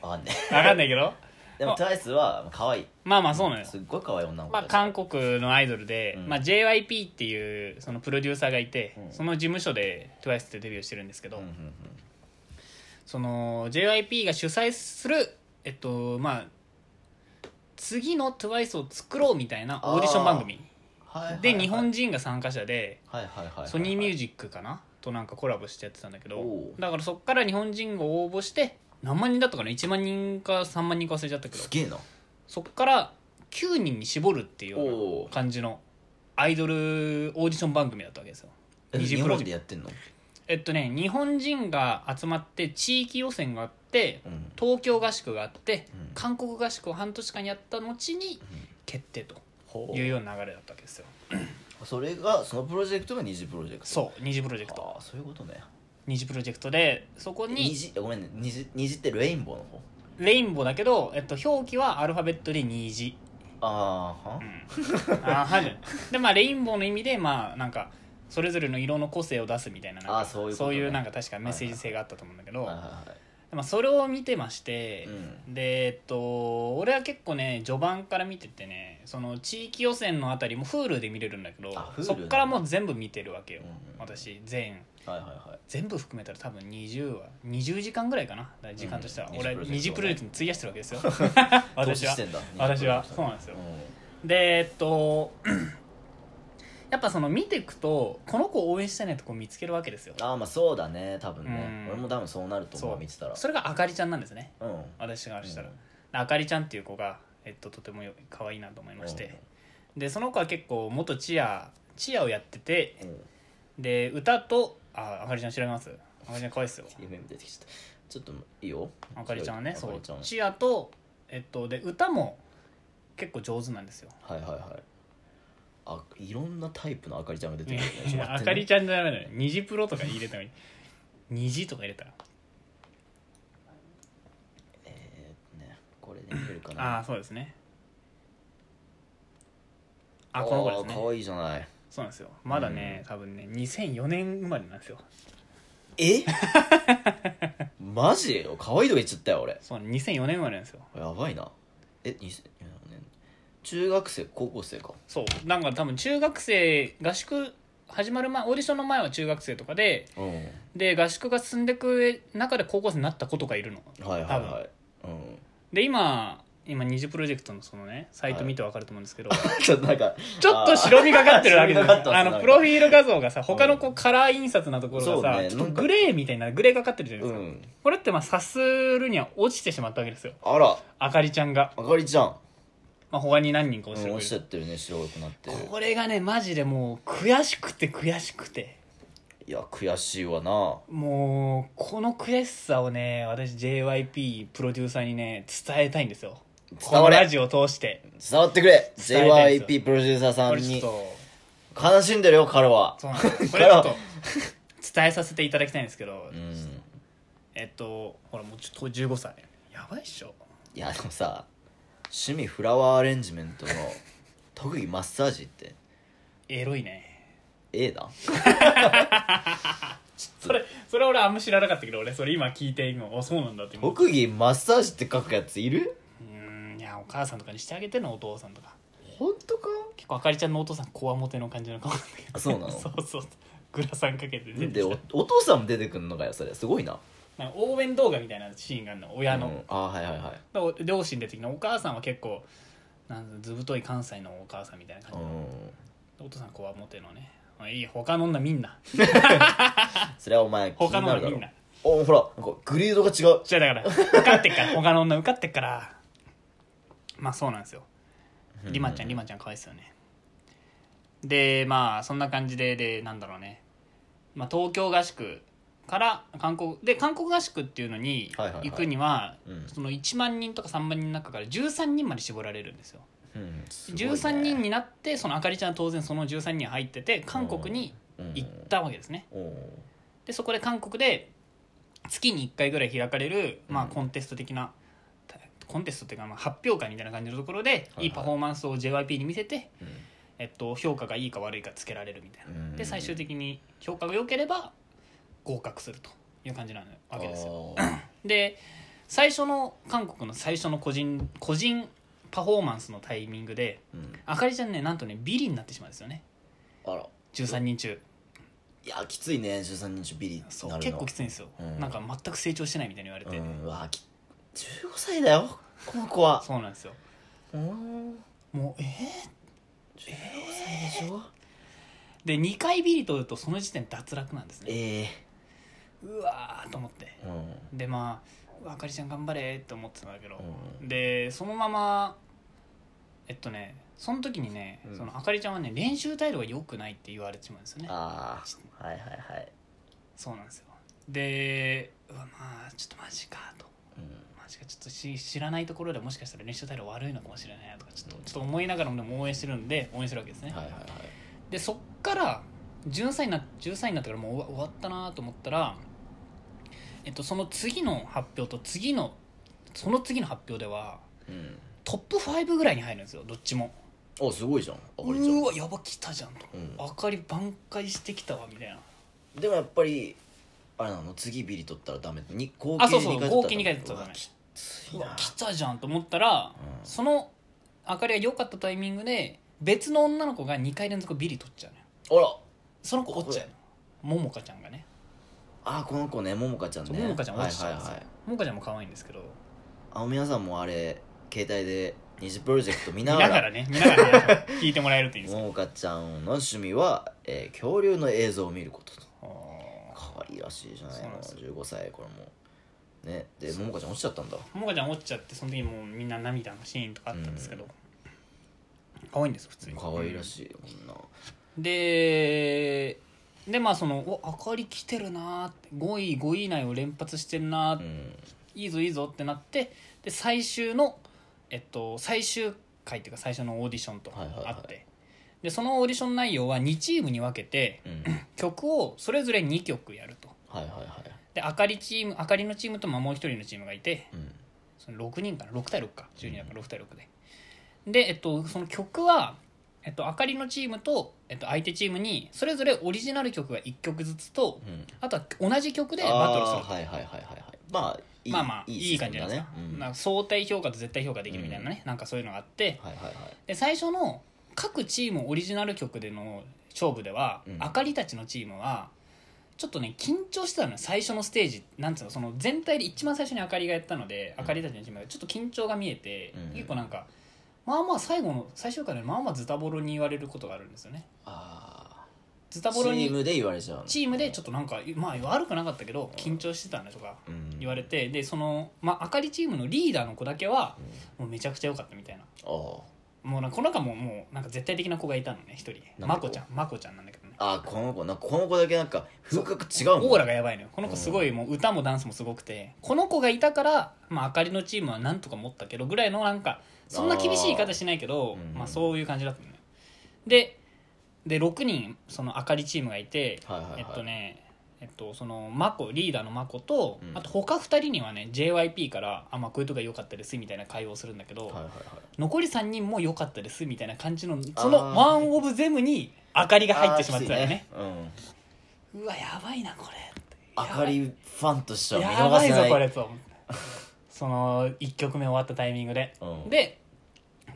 A: わかんねえ
B: わかんないけど
A: でも TWICE は可愛い
B: まあまあそうなのよ
A: すっごい可愛い女の子
B: まあ、
A: たち
B: 韓国のアイドルで、
A: うん
B: まあ、JYP っていうそのプロデューサーがいて、
A: うん
B: その事務所で TWICE ってデビューしてるんですけ
A: う
B: ど、
A: んうんうん
B: その JYP が主催するえっとまあ次の TWICE を作ろうみたいなオーディション番組
A: はいはいはい
B: で日本人が参加者で
A: はいはいはいはい
B: ソニーミュー
A: ジ
B: ジックかなとなんかコラボしてやってたんだけど
A: おう
B: だからそっから日本人が応募して何万人だったかな1万人か3万人か忘れちゃったけど
A: すげえな
B: そっから9人に絞るっていうよう
A: お
B: な
A: う
B: 感じのアイドルオーディション番組だったわけですよ
A: え
B: 二次
A: 日
B: プロ
A: 本
B: ジェク
A: で
B: ト
A: やってんの
B: えっとね日本人が集まって地域予選があって
A: うん
B: 東京合宿があって、
A: うん
B: 韓国合宿を半年間やった後に決定と
A: ほ
B: いうような流れだったわけですよ
A: うそれがそのプロジェクトが二次プロジェクト
B: そう二次プロジェクト
A: ああそういうことね
B: 二次プロジェクトでそこ
A: 二
B: に
A: 次ごめんね二次二次ってレインボーの方
B: レインボーだけど、えっと、表記はアルファベットで二次
A: ああは
B: うんあーはいでまあレインボーの意味でまあなんかそれぞれの色の個性を出すみたいななんか
A: あーそういうことね
B: なんか確かメッセージ性があったと思うんだけど、
A: はいはいは
B: まあ、それを見てまして
A: い、うん
B: でえっと俺は結構ね序盤から見ててねその地域予選のあたりも Hulu で見れるんだけど
A: あ Hulu
B: そっからもう全部見てるわけよ、
A: うん
B: 私全
A: はいはいはい
B: 全部含めたら多分20は20時間ぐらいかなだから時間としては、
A: うん
B: 俺
A: 20
B: 2次プロジェクトに費やしてるわけです よ
A: 投
B: 私
A: 資
B: は
A: してんだ
B: 私は
A: 二次プロジェク
B: そう
A: ト
B: なんですよでえっと やっぱその見ていくとこの子を応援したいなとこ見つけるわけですよ
A: うんああまあそうだね多分ね
B: うん
A: 俺も多分そうなると思
B: そうう
A: 見てたら
B: それがあかりちゃんなんですね
A: うん
B: 私がしたら、
A: うん
B: あかりちゃんっていう子が、えっと、とてもよ可愛いなと思いまして、でその子は結構元チアチアをやってて
A: うんうん
B: で歌とああかりちゃん調べますあかりちゃん可愛いですよ
A: 夢見てきちゃったちょっといいよ
B: あかりちゃんはね
A: あ
B: そ
A: かり
B: う
A: ちゃん
B: チアと、えっと、で歌も結構上手なんですよ
A: はいはいはいあいろんなタイプのあかりちゃんが出て
B: い
A: くるねちょっと待ってね
B: やあかりちゃんじゃダメだよ虹プロとか入れたのに虹とか入れたら
A: えーねこれで見れるか
B: あ
A: な
B: あそうですねあこの子です
A: か
B: ね
A: わいいじゃない
B: そうなんですよまだね、多分ね2004年生まれなんですよ
A: えマジよ可愛いとか言っちゃったよ俺
B: そう2004年生まれなんですよ
A: やばいなえ2004年中学生高校生か
B: そうなんか多分中学生合宿始まる前オーディションの前は中学生とかで
A: うんはい
B: で合宿が進んでく中で高校生になった子とかいるの
A: はいはいうん
B: で今今二次プロジェクトのそのねサイト見てわかると思うんですけど、
A: ちょっとなん か
B: ちょっと白みがかってるわけで
A: 白
B: す
A: みがかって
B: よ。
A: ま
B: あ
A: す
B: の、プロフィール画像がさ、
A: ん
B: 他のこうカラー印刷なところ
A: そ
B: がさ、
A: うね
B: ちょっとグレーみたいな、グレーがかってるじゃないうですか。
A: ん
B: これってまあ、察するには落ちてしまったわけですよ。
A: あら
B: あかりちゃんが。
A: あかりちゃん
B: まあ、他に何人か
A: う
B: 落ち
A: ん
B: てるわ
A: 落
B: け
A: ち
B: で
A: ちゃ
B: す
A: ってるね白くなってる
B: これがね、マジでもう、悔しくて悔しくて。
A: いや悔しいわな
B: もう、この悔しさをね、私 JYP プロデューサーにね、伝えたいんですよ。こ
A: 伝
B: の
A: われ
B: ラジオを通して。
A: 伝わってくれ
B: 伝えたいです
A: JYP プロデューサーさ
B: こ
A: ん
B: れちょっ
A: に
B: と、
A: 悲しんでるよ彼は
B: そうな んです。これちょっと、伝えさせていただきたいんですけど、
A: うん
B: えっとほらもうちょっと15歳やばいっしょ
A: いやでもさ趣味フラワーアレンジメントの特技マッサージって
B: エロいね
A: A だ
B: それそれ俺あんま知らなかったけど俺それ今聞いて今あそうなんだって今う
A: 特技マッサージって書くやついる
B: ーんいやお母さんとかにしてあげてのお父さんとか
A: 本当か
B: 結構あかりちゃんのお父さんこわもての感じの顔なんだけ
A: あそうな
B: ど そ
A: の
B: うそうグラサンかけて出て
A: で
B: き
A: お
B: た
A: お父さんも出てくんのかよそれすごいな
B: なんか応援動画みたいなシーンがあるの親
A: う
B: の、
A: んあはいはいはい
B: でお両親出てきてお母さんは結構なんかずぶとい関西のお母さんみたいな
A: う
B: 感
A: ん
B: じ、でお父さんこわもてのねまあいい他の女みんな
A: それはお前気に
B: 他の
A: なる
B: 女
A: だ
B: み
A: ろ
B: んな
A: おほらなんかグレードが違う
B: 違うだから受かってっから他の女受かってっからまあそうなんですよリマちゃんリマちゃん可愛いですよねでまあそんな感じででなんだろうね、まあ、東京合宿から韓国で韓国合宿っていうのに
A: はいはいはい
B: 行くには
A: うん
B: その1万人とか3万人の中から13人まで絞られるんですよ
A: うんすごいね
B: 13人になってそのあかりちゃんは当然その13人入ってて韓国に行ったわけですね
A: うん
B: でそこで韓国で月に1回ぐらい開かれる、まあ、
A: うん
B: コンテスト的なコンテストっていうか、まあ、発表会みたいな感じのところで
A: はい
B: いいパフォーマンスを JYP に見せて、
A: うん
B: えっと、評価がいいか悪いかつけられるみたい
A: うん
B: なで最終的に評価が良ければ合格するという感じなわけですよ
A: あー
B: で最初の韓国の最初の個人個人パフォーマンスのタイミングで
A: うん
B: あかりちゃんねなんとねビリになってしまうんですよね
A: あら
B: 13人中
A: いやきついね13日ビリって
B: そ
A: な
B: う
A: るの
B: 結構きついんですよ、
A: うん
B: なんか全く成長してないみたいに言われて、
A: うんうわき15歳だよこの子は
B: そうなんですよ
A: うん
B: もうえ
A: 15歳でしょ
B: ーで2回ビリ取るとその時点脱落なんですね
A: ええ
B: うわーと思って
A: うんうん
B: でまあうわあかりちゃん頑張れと思ってたんだけど、でそのままえっとねその時にね、
A: うん
B: そのあかりちゃんはね練習態度が良くないって言われてしまうんですよね
A: ああはいはいはい
B: そうなんですよでうわまあちょっとマジかと
A: うん
B: マジかちょっとし知らないところでもしかしたら練習態度悪いのかもしれないなとかちょっとちょっと思いながらもでも応援してるんで応援してるわけですね、
A: はいはいはい
B: でそっから13歳にな13歳になってからもう終わ終わったなと思ったら、えっと、その次の発表と次のその次の発表では
A: うん
B: トップ5ぐらいに入るんですよどっちも
A: あすごいじゃんあ
B: う
A: かりちゃん
B: わやば来たじゃんと、
A: うん
B: 明かり挽回してきたわみたいな
A: でもやっぱりあれなの次ビリ取ったらダメに合
B: あ
A: 計
B: そうそう
A: 2回
B: 合計二回
A: 取
B: 取
A: っ
B: っ
A: らダメ
B: たたらダメ
A: きついう
B: わ
A: な
B: 来たじゃんと思った
A: う
B: ら、
A: ん
B: その明かりが良かったタイミングで別の女の子が2回連続ビリ取っちゃうのよ
A: あら
B: その子落ちちゃうのももかちゃんがね
A: あこの子ねももかちゃん
B: そう
A: ね
B: ももかちゃん
A: は
B: 落
A: い
B: ちち
A: は
B: ゃ
A: いうは
B: んですよ、
A: い
B: ももかちゃんも可愛いんですけど
A: あの皆さんもあれ携帯で二次プロジェクト見
B: 見
A: なが
B: なが
A: ら
B: らね見ながらね聞いてもらえるといいんですよ
A: ももかちゃんの趣味は、えー恐竜の映像を見ることと
B: も
A: 可愛いらしいじゃない
B: そうなん
A: の
B: ですよ
A: 15歳これもうねでももかちゃん落ちちゃったんだ
B: もかちゃん落ちちゃってその時もうみんな涙のシーンとかあったんですけど、可愛いんですよ普通に
A: 可愛いら
B: い、
A: しいこんな
B: ででまあその「おあかり来てるな」って5位5位以内を連発してるな、
A: うん
B: いいぞいいぞってなってで最終のえっと最終回っていうか最初のオーディションとあって、
A: はいはいは
B: でそのオーディション内容は2チームに分けて
A: うん
B: 曲をそれぞれ2曲やると
A: はいはいはい
B: であかりチームあかりのチームとまあもう一人のチームがいて
A: うん
B: その6人かな6対6か12だから6対6で、で、えっと、その曲は、えっと、あかりのチームと、えっと、相手チームにそれぞれオリジナル曲が1曲ずつと
A: うん
B: あとは同じ曲で
A: あー
B: バトルすると
A: はいはいはいはいはいまあいい
B: まあまあいい
A: システ
B: 感
A: ム
B: じじゃ
A: だ
B: ないです
A: ね
B: か,、
A: うん
B: なん
A: はい
B: か相対評価と絶対評価できるみたいなね、なんかそういうのがあって
A: はいはい
B: で最初の各チームオリジナル曲での勝負では、
A: うん
B: あかりたちのチームはちょっとね緊張してたのよ最初のステージなんつうのその全体で一番最初にあかりがやったので、
A: うん
B: あかりたちのチームがちょっと緊張が見えて、
A: うん
B: 結構なんかまあまあ最後の最終回でまあまあズタボロに言われることがあるんですよね
A: あ
B: ズ
A: あ
B: タ
A: チ
B: ボロ
A: ー
B: に
A: ムで言われちゃうの
B: チームでちょっとなんかまあ悪くなかったけど緊張してたねとか
A: うん
B: 言われてでその、まあ、あかりチームのリーダーの子だけは
A: うん
B: もうめちゃくちゃ良かったみたいな
A: あ
B: もうなんかこの中ももうなんか絶対的な子がいたのね一人
A: なんか
B: まこちゃんまこちゃんなんだけどね
A: あああこの子なんかこの子だけなんか風格違うもん
B: オーラがやばいのよこの子すごいもう歌もダンスもすごくてこの子がいたから、まあ、あかりのチームはなんとか持ったけどぐらいのなんかそんな厳しい言い方しないけど
A: あーうん
B: まあ、そういう感じだったのよでで6人そのあかりチームがいて、
A: はいはいはい
B: えっとねえっと、そのマコリーダーのマコと、
A: うん
B: あと他2人にはね JYP から「あまあこういうとこが良かったです」みたいな会話をするんだけど、
A: はいはいはい
B: 残り3人も良かったですみたいな感じの
A: あー
B: そのワン・オブ・ゼムに明かりが入ってしまってたよね
A: あーきついうん
B: うわやばいなこれ
A: あかりファンとしては
B: や
A: 見
B: ば
A: 逃せ
B: いやば
A: ない
B: いぞこれと思ってその1曲目終わったタイミングで、
A: うん
B: で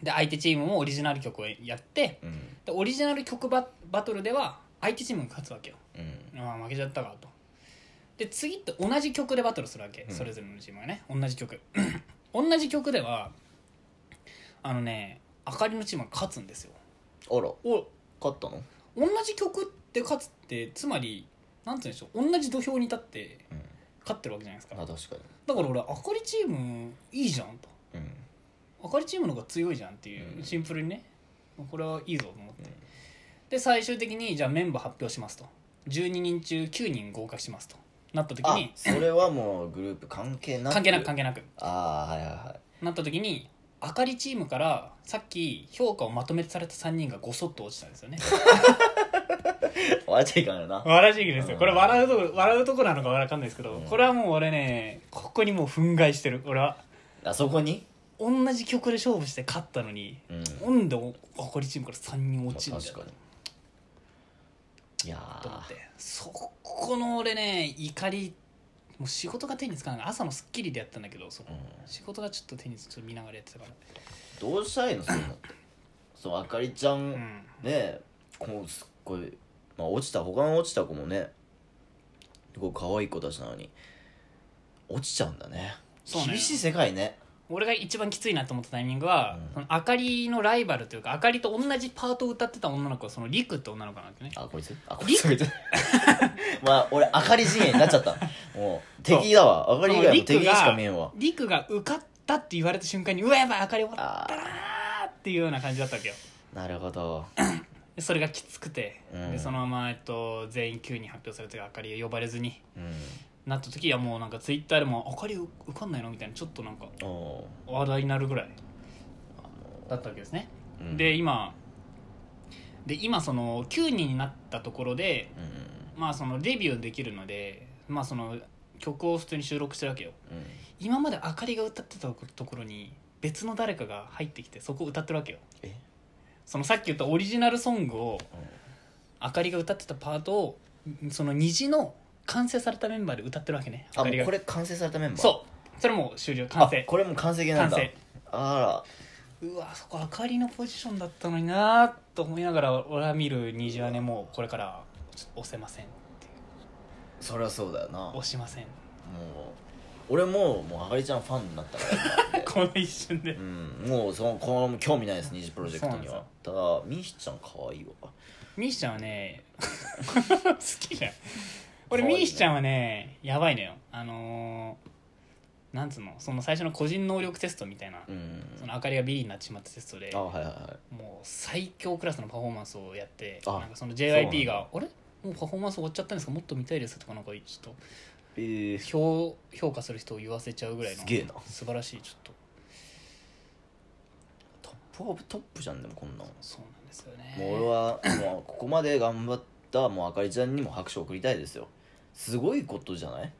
B: で相手チームもオリジナル曲をやって
A: うん
B: でオリジナル曲ババトルでは相手チームが勝つわけよ
A: うん
B: ああ負けちゃったかとで次って同じ曲でバトルするわけ、
A: うん
B: それぞれのチームがね同じ曲 同じ曲ではあのねあかりのチームが勝つんですよ
A: あら
B: お
A: 勝ったの
B: 同じ曲で勝つってつまりなんて言うんでしょう同じ土俵に立って
A: うん
B: 勝ってるわけじゃないですか
A: あ確か
B: だから俺あかりチームいいじゃんと
A: にうん
B: あかりチームの方が強いじゃんっていううんシンプルにねこれはいいぞと思って
A: うん
B: で最終的にじゃあメンバー発表しますと12人中9人合格しますとなった時
A: あ
B: に
A: それはもうグループ関係なく
B: 関係なく関係なく
A: ああはいはいはい
B: なった時にあかりチームからさっき評価をまとめてされた3人がごそっと落ちたんですよね
A: 笑っちゃいかんよな
B: 笑いすぎですよこれ笑うとこ笑うとこなのかわかんないですけど
A: うん
B: これはもう俺ねここにもう憤慨してる俺は
A: あそこに
B: 同じ曲で勝負して勝ったのに、
A: うん
B: なんでお怒りチームから3人落ちるんだ
A: 確
B: よ
A: かにいや
B: と思っ
A: ー
B: てそこの俺ね怒りもう仕事が手につかない朝の『スッキリ』でやったんだけどその、
A: うん
B: 仕事がちょっと手につちょっと見ながらやってたから
A: どうしたいのそういうのってそうあかりちゃん、ね
B: うん
A: えこうすっごい、まあ、落ちた他の落ちた子もねすごい可愛い子たちなのに落ちちゃうんだね
B: そうね
A: 厳しい世界ね
B: 俺が一番きついなと思ったタイミングは、そのあかりのライバルというかあかりと同じパートを歌ってた女の子はそのりくって女の子なんだよね
A: あこいつあこいつこいつまあ俺あかり陣営になっちゃったもう敵だわあかり以外も敵しか見えんわ
B: りくが受かったって言われた瞬間にうわやばいあかり終わっ
A: あ
B: たなーっていうような感じだったわけよ
A: ーなるほど
B: でそれがきつくて、
A: うん
B: でそのまま、えっと、全員9人発表されてあかり呼ばれずに
A: うん
B: なった時はもうなんかツイッターでも「あかり受かんないの?」みたいなちょっとなんか
A: お
B: 話題になるぐらいだったわけですね、
A: ーうん
B: で今で今その9人になったところで
A: うん
B: まあそのデビューできるのでまあその曲を普通に収録してるわけよ
A: うん
B: 今まであかりが歌ってたところに別の誰かが入ってきてそこを歌ってるわけよ
A: え
B: そのさっき言ったオリジナルソングを
A: うん
B: あかりが歌ってたパートをその虹の完成されたメンバーで歌ってるわけね
A: あ
B: か
A: も
B: り
A: う
B: が
A: これ完成されたメンバー
B: そうそれもう終了完
A: あ
B: 成
A: これもう完成形なんだ
B: 完成
A: あ
B: うわそこあかりのポジションだったのになと思いながら俺は見る虹はねもうこれからちょっと押せません
A: らそりゃそうだよなも
B: 押しません
A: う俺ももうあかりちゃんファンになったから
B: この一瞬で
A: うん、もうそのこの興味ないです虹プロジェクトにはただミシちゃん可愛いわ
B: ミシちゃんは ね好きだよ俺
A: 可愛いね
B: ミシちゃんはねやばいのよあのーなんつうのその最初の個人能力テストみたいな、
A: うん
B: そのあかりがビリになってしまったテストで
A: あはいはいはい
B: もう最強クラスのパフォーマンスをやって
A: あ
B: なんかその
A: なんだ
B: JYP が「あれもうパフォーマンス終わっちゃったんですかもっと見たいです」とかなんかちょっと
A: えー、
B: 評評価する人を言わせちゃうぐらいの
A: すげえな
B: 素晴らしいちょっと
A: トップオブトップじゃんでもこんなんも
B: そうなんですよ
A: う俺
B: ね
A: はもうここまで頑張ったもうあかりちゃんにも拍手を送りたいですよすごいことじゃない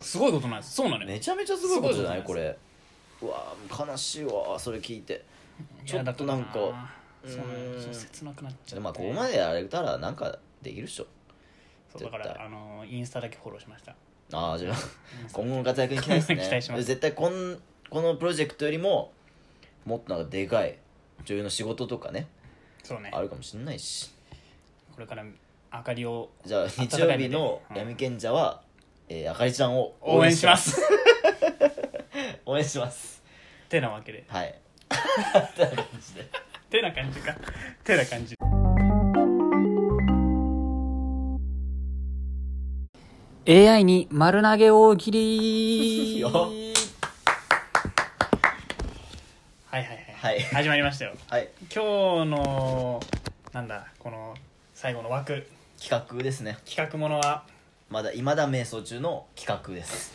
B: すごいことなんですそうなのよ
A: めちゃめちゃすごいことじゃない
B: す
A: こ
B: ごいことじ
A: れうわー悲しいわそれ聞いてちょっと
B: い
A: な
B: や
A: んか
B: だらなそうなの
A: うー
B: よ
A: ん
B: そう切なくなっちゃって
A: まあここまでやれたらなんかできるっしょ
B: そうだか
A: 絶
B: ら
A: 対
B: あのインスタだけフォローしました
A: ああじゃあ
B: インスタ
A: 今後の活躍に期待ですね
B: 期待します
A: 絶対こんこのプロジェクトよりももっとなんかでかい女優の仕事とかね
B: そうね
A: あるかもしれないし
B: これから明かりを
A: じゃあ
B: 温
A: 日曜
B: かい目で
A: 日の
B: うん
A: 闇賢者は、えーあかりちゃんを
B: 応援しますす
A: 応援します
B: てなわけで
A: はいてな感じで
B: てな感じかてな感じに丸投げ大喜利
A: よ
B: はいはいは
A: は
B: い、
A: い
B: 始まりましたよ
A: はい
B: 今日のなんだこの最後の枠
A: 企画ですね
B: 企画ものは
A: まだ未だ瞑想中の企画です、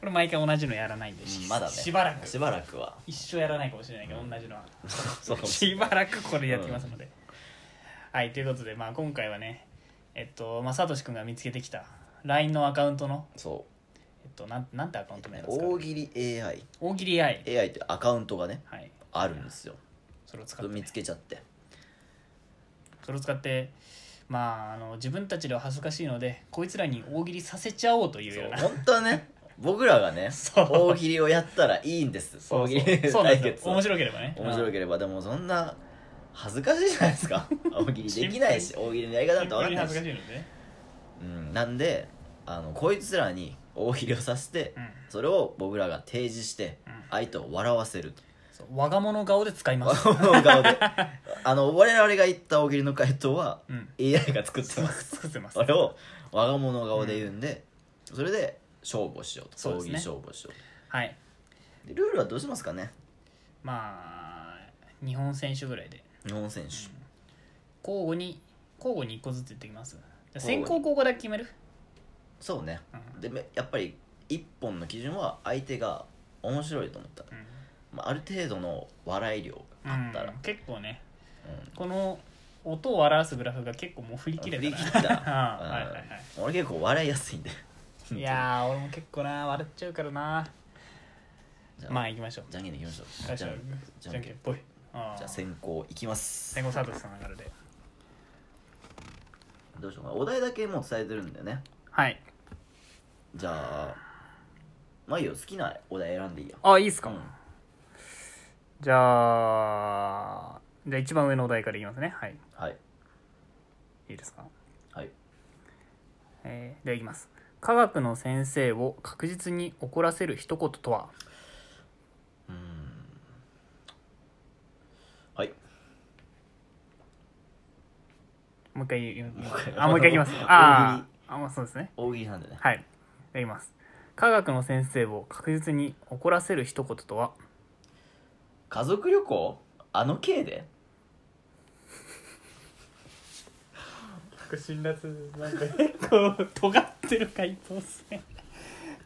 B: これ毎回同じのやらないんで、
A: うんまだね
B: しばらく
A: しばらく は
B: 一生やらないかもしれないけど同 じのは
A: そうかもし
B: し
A: れな
B: ば
A: い
B: らくこれやってきますので、はいということで、まあ、今回はねえっとまあサトシ君が見つけてきた LINE のアカウントの、
A: そ
B: えっと、なんなんてアカウント名なん
A: う
B: ですか
A: 大喜利 AII
B: 大喜利 AI、
A: AI ってアカウントがね
B: はい、
A: あるんですよ
B: それを使
A: それ
B: って、
A: 見
B: ね
A: つ、けちゃって
B: それを使ってまああの自分たちでは恥ずかしいのでこいつらに大喜利させちゃおうという
A: そ
B: よう
A: う
B: な
A: 本当は ね僕らがね
B: そう
A: 大喜利をやったらいいんです
B: そうそう
A: 大喜利
B: そうなん
A: 対
B: です
A: 決
B: よ
A: を
B: 面白ければね
A: 面白
B: け
A: ければでもそんな恥ずかしいじゃないです か大喜利できないし大喜利のやり方なんて分かんない
B: 恥ずか
A: し、
B: しいのでね
A: うん、なんであのこいつらに大喜利をさせて、
B: うん
A: それを僕らが提示して、
B: うん
A: 相手を笑わせると
B: そう我が物顔で使います、
A: この顔で あの我々が言った大喜利の回答は
B: うん
A: AI が作ってます
B: 作ってます
A: あれを我が物顔で言うんで、それで勝負をしようと
B: そう
A: 大
B: で
A: 喜
B: す
A: 利
B: ね
A: 勝負をしよう
B: はい
A: でルールはどうしますかね
B: まあ日本選手ぐらいで
A: 日本選手、
B: 交互に交互に1個ずつ言ってきますじゃあ
A: 交
B: 先
A: 互に
B: 行後攻だけ決める
A: そうね、
B: うん
A: でめやっぱり一本の基準は相手が面白いと思ったら、
B: うん
A: まあ、ある程度の笑い量があったら、
B: うん結構ね
A: う
B: この音を表すグラフが結構もう振り切れ
A: 振
B: た
A: り
B: な
A: 切った
B: うんはいはいは
A: うん俺結構笑いやすいんで
B: いいやー俺も結構な笑っちゃうからな
A: じゃあ、
B: まあ行きましょう
A: じゃんけんでいきましょう
B: 最初はグー
A: じ
B: じ
A: ゃ
B: ゃ
A: ん
B: ん
A: け
B: け
A: ん
B: んぽいあ
A: じゃあ
B: あ
A: 先行いきます
B: 戦後サトシさん流れで
A: どうしようかなお題だけもう伝えてるんだよね
B: はい
A: じゃあまあいいよ好きなお題選んでいいや
B: あいいっす
A: う
B: か
A: ん
B: じゃあじゃあ一番上のお題からいきますねはい
A: はい
B: いいですか
A: はい
B: えー、ではいきます科学の先生を確実に怒らせる一言とは
A: うーんはい
B: もう一回言う
A: もう一回
B: あもう一回いき ますあ
A: 大
B: ーあまあそうですね
A: 大喜利なんでね
B: はいではいきます科学の先生を確実に怒らせる一言とは
A: 家族旅行あの軽で
B: 辛辣なんか結構 尖ってる回答ですね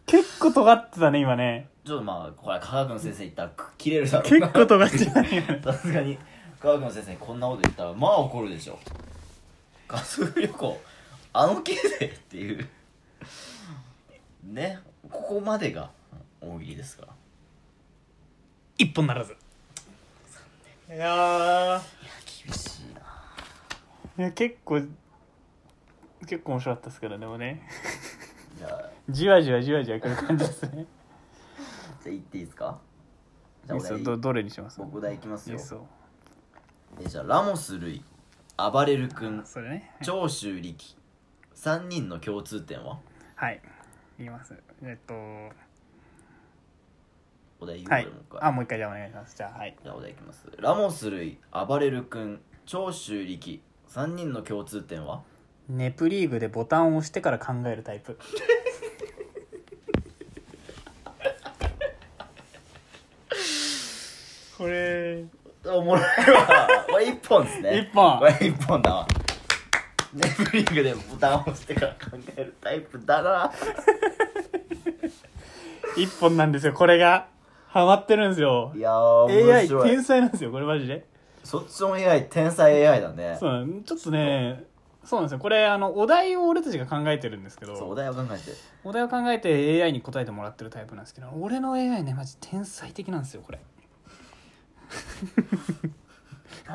B: 結構尖ってたね今ね
A: ちょっとまあこれ科学の先生言ったらく切れるだろう
B: 結
A: な
B: 構尖ってたね今ね
A: さすがに科学の先生にこんなこと言ったらまあ怒るでしょ家族旅行あの系でっていうねここまでが大喜利ですから
B: 一本ならずいや
A: 厳しいない
B: や結構結構面白かったですからでもね
A: じゃあ
B: じわじわじわじわくる感じですね
A: じゃあ言っていいですかじゃ
B: いい
A: あ
B: っ
A: お
B: すよ
A: 題
B: どどれにします
A: 僕お題いきます
B: いい
A: よ
B: っすよ
A: えじゃあラモス類暴れる君
B: それね
A: 長州力3人の共通点は
B: はい言いますえっと
A: お題言う
B: はい
A: 俺もう一回
B: あもう一回じゃあお願いしますじゃあはい
A: じゃあお題いきますラモス類暴れる君長州力3人の共通点は
B: ネプリーグでボタンを押してから考えるタイプこれ
A: おもろいわ。 これ一本ですね。
B: 一本
A: これ一本だわ。ネプリングでボタンを押してから考えるタイプだな。
B: 一本なんですよこれがハマってるんですよ
A: いやー、面
B: AI
A: 白い
B: 天。才なんですよこれマジで
A: そっちの AI、天才 AI だね。
B: そうなんちょっとねそうなんですよこれあのお題を俺たちが考えてるんですけ
A: そう、お
B: ど
A: 題を考えて。
B: お題を考えて AI に答えてもらってるタイプなんですけど俺の AI ねマジ天才的なんですよこれ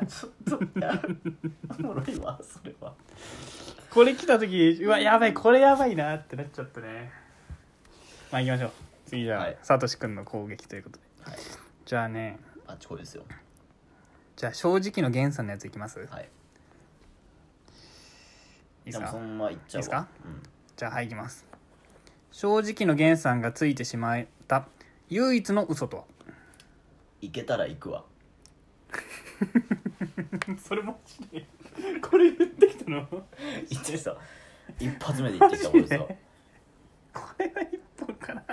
A: ちょっと、いやおもろいわ、それは。
B: これ来た時うわやばいこれやばいなってなっちゃったねまあ行きましょう次じゃあ、
A: はい
B: サトシ君の攻撃ということで、
A: はい
B: じゃあね
A: あっちこいですよ。
B: じゃあ正直の源さんのやついきます、い、
A: はい。で
B: いで
A: すもそ
B: か
A: のままいっちゃうわ。
B: いいですか
A: うん。
B: じゃあはい行きます正直の源さんがついてしまった唯一の嘘とは
A: 行けたら行くわ。
B: それマジでこれ言ってきたのこ
A: 行ってさ、一発目で行ってきた俺さ
B: マジ。れは一本かな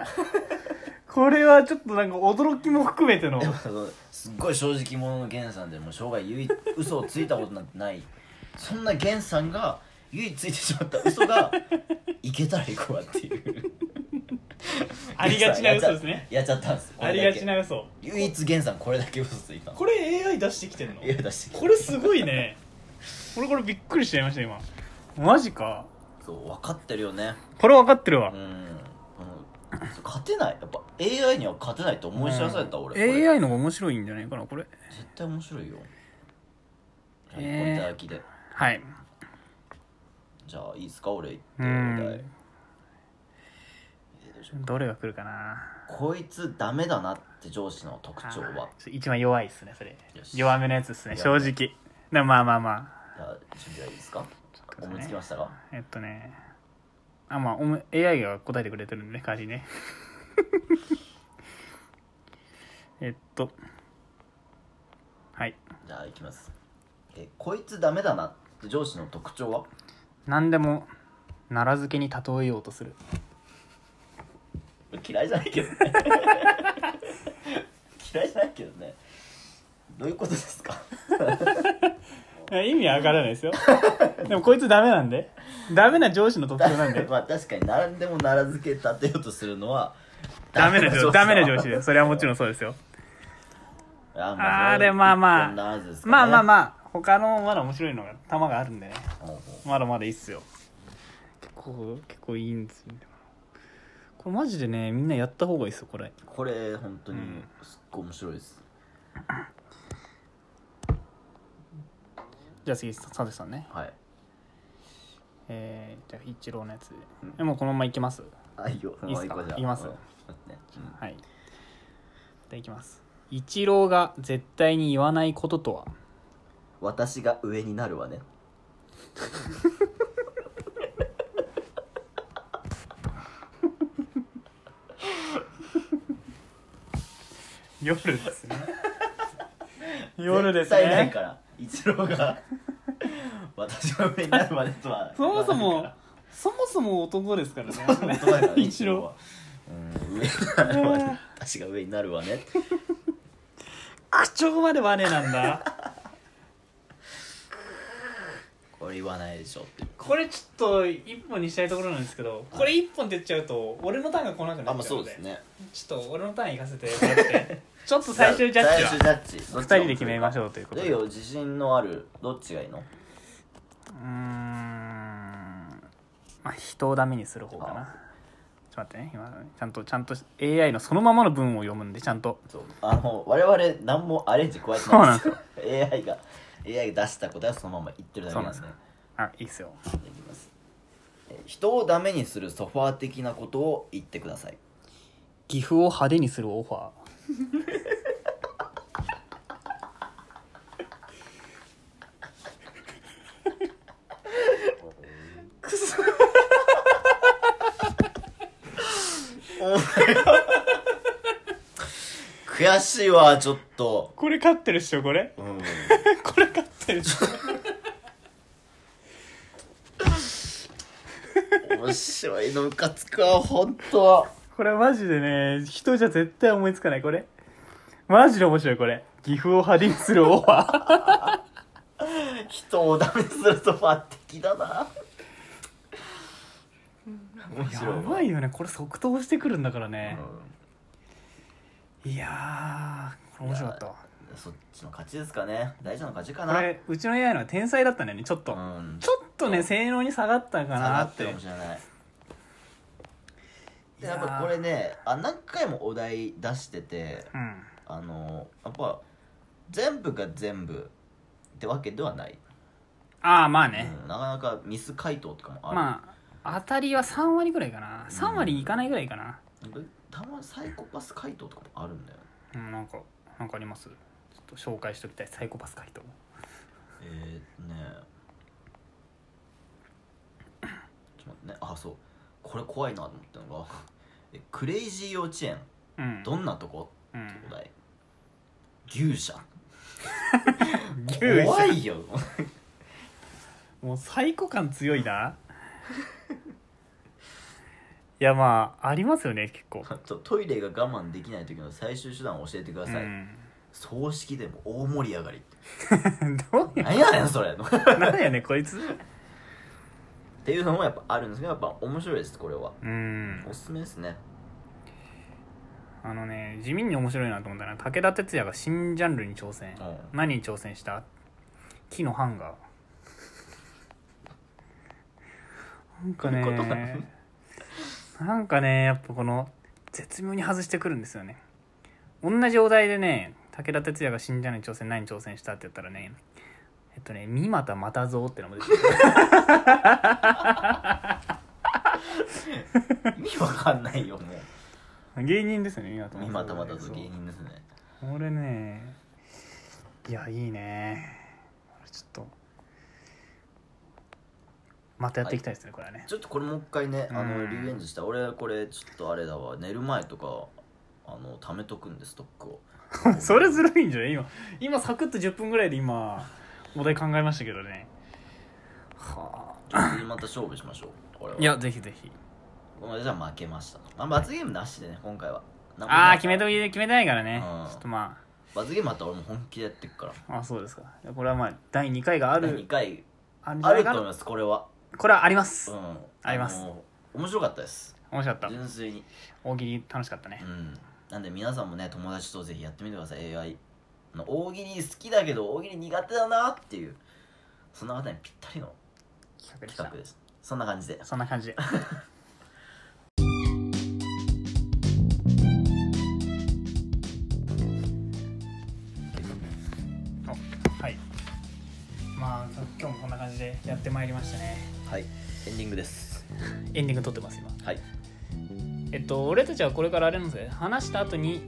B: これはちょっとなんか驚きも含めての
A: でもそのすっごい正直者の源さんでもう生涯唯一嘘をついたことなんてないそんな源さんが唯一ついてしまった嘘 がいけたらいこうわっていう
B: ありがちな嘘ですね
A: やっちゃったんです
B: ありがちな嘘
A: 唯一源さんこれだけ嘘ついたの
B: これ AI 出してきてんの
A: いや出してきた
B: これすごいね俺これびっくりしちゃいました今マジか
A: そう分かってるよね
B: これ分かってるわ
A: うん、うんそう勝てないやっぱ AI には勝てないと思い知らされた、俺これ
B: AI の方が面白いんじゃないかなこれ
A: 絶対面白いよじゃあ
B: え
A: 一
B: ー
A: 本いただきで、
B: はい
A: じゃあいいですか俺言って
B: う
A: お題
B: んどれが来るかな
A: こいつダメだなって上司の特徴は
B: あー一番弱いっすねそれ
A: よし
B: 弱めのやつっすね正
A: 弱め
B: 直なまあまあまあ
A: じゃあ準備はいいですか
B: ちょっとです
A: 思いつき
B: ね
A: ましたか
B: えっとねあまあおも AI が答えてくれてるんでね代わりにね えっとはい
A: じゃあいきますえこいつダメだなって上司の特徴は
B: 何でも奈良漬けに例えようとする
A: 嫌いじゃないけどね 嫌いじゃないけどねどういうことですか
B: いや意味わからないですよ でもこいつダメなんでダメな上司の特徴なんで
A: まあ確かに何でも奈良漬け立てようとするのは
B: ダメな上司ダメな上司
A: で
B: でそれはもちろんそうですよ
A: あ,、
B: あーでまあまあ
A: こんなはずですかね
B: まあまあまあ他のまだ面白いのが玉があるんでね
A: ほうほう
B: まだまだいいっすよ結構結構いいんですよこれマジでねみんなやった方がいいですよこれ
A: これ本当に
B: うん
A: すっごい面白いです、
B: じゃあ次サテさんね
A: はい
B: えー、じゃあ一郎のやつでもうこのままいきます
A: あいいよ
B: いいっすか
A: もう一個じゃあ
B: いきます
A: うん待ってねうん
B: はいじゃあいきます一郎が絶対に言わないこととは
A: 私が上になるわね
B: 夜ですね 夜です
A: 絶対ない
B: ね
A: から一郎 が私が上になるまでとは
B: そもそ
A: 言わな
B: も
A: いか
B: そもそも男ですから
A: らそも
B: ね
A: そもだからね
B: 一郎
A: はうん上になるわね私が上になるわね
B: 口調までバネなんだ
A: これ言わないでしょって
B: これちょっと一本にしたいところなんですけどこれ一本出ちゃうと俺のターンが来なくなっ
A: あ
B: ちゃう
A: ま
B: の
A: あ
B: で
A: そうですね
B: ちょっと俺のターン行かせてもらって ちょっと最終ジャッジ
A: 最終
B: は
A: ジャッジどっちが
B: 2人で決めましょうということ
A: い
B: で
A: いよ自信のあるどっちがいいの
B: うーんまあ人をダメにする方かなちょっと待ってね今ちゃんとちゃんと AI のそのままの文を読むんでちゃんと
A: そうあの我々何もアレンジ加えて
B: そう
A: な
B: ないんですよ
A: AI が AI が出した答えをそのまま言ってるだけなんですね
B: あいいっすよ
A: いきますえー人をダメにするソファー的なことを言ってください
B: 岐阜を派手にするオファー
A: 悔しいわちょっと
B: これ勝ってるっしょこれ
A: うん
B: これ勝ってるっしょ
A: 面白いのムカつくわ本当は
B: これマジでね人じゃ絶対思いつかないこれマジで面白いこれ岐阜を派手にするオファー
A: 人をダメにするソファー的だな面白い
B: や
A: わ
B: ばいよねこれ即答してくるんだからね、
A: う
B: いやーこれ面白かったわ
A: んそっちの勝ちですかね大事な勝ちか
B: こ
A: な
B: れうちの AI のは天才だったんだよねちょっと、
A: うん
B: ちょっとね性能に下がったか
A: 下
B: な
A: が
B: っ
A: っててるかもしれない
B: い
A: で
B: や
A: や
B: ー
A: っぱこれねあ何回もお題出してて
B: うん
A: あのやっぱ全部が全部ってわけではない、
B: ああまあね、
A: うんなかなかミス回答とかもある、
B: まあ当たりは3割ぐらいかな3割いかないぐらいかな、
A: なんかたまにサイコパス回答とかもあるんだよ
B: うん、なんかなんかありますちょっと紹介しておきたいサイコパス回答
A: えー、ねえちょっと待ってねあそうこれ怖いなと思ったのがえ「クレイジー幼稚園
B: うん
A: どんなとこ?」
B: う
A: ってお
B: ん
A: 題牛舎
B: 牛
A: 怖いよ
B: もうサイコ感強いな いやまあありますよね結構
A: あとトイレが我慢できない時の最終手段を教えてくだ
B: う
A: さい、
B: ん
A: 葬式でも大盛り上がり
B: どう
A: なんやねんそれっ
B: なんやねこいつ
A: ていうのもやっぱあるんですけどやっぱ面白いですこれは
B: うん
A: おすすめですね
B: あのね地味に面白いなと思ったのは武田鉄矢が新ジャンルに挑戦、
A: うん
B: 何に挑戦した木のハンガーなんか
A: どういうことな
B: ねなんかねやっぱこの絶妙に外してくるんですよね同じお題でね武田鉄矢が新ジャンルに挑戦何に挑戦したって言ったらねえっとね「三股又蔵」ってのも出てくる
A: 意味わかんないよもう
B: 芸人ですよね三
A: 今たまた
B: そう
A: と芸人ですね
B: 俺ねいやいいねこれちょっとまたやっていきたいですね、これはね
A: ちょっとこれもう一回ねあ
B: う
A: の
B: ん
A: リベンジした俺これちょっとあれだわ寝る前とかあの貯めとくんでストックを
B: それずるいんじゃない今今サクッと10分ぐらいで今お題考えましたけどねは
A: ちょっとまた勝負しましょうこれはい
B: やぜひぜひ
A: 俺じゃあ負けましたまあ罰ゲームなしでね今回はなんか
B: ああ決めとき決めてないからね
A: うん
B: ちょっとま
A: 罰ゲームあったら俺も本気でやってくから
B: ああそうですかこれはまあ第2回があ
A: 第
B: る
A: 2回
B: あるんじゃ
A: あ
B: な
A: ると
B: いか
A: 思い
B: な
A: ますこれは
B: これはあります、
A: うん
B: あります
A: の面白かったです
B: 面白かった
A: 純粋に
B: 大喜利楽しかったね
A: うんなんで皆さんもね友達とぜひやってみてください AI の大喜利好きだけど大喜利苦手だなっていうそんな方にぴったりの
B: 企画で
A: 企
B: した
A: 画ですそんな感じで
B: そんな感じでじでやってまいりましたね
A: はいエンディングです
B: エンディング撮ってます今
A: はい
B: えっと俺たちはこれからあれなんですね話した後に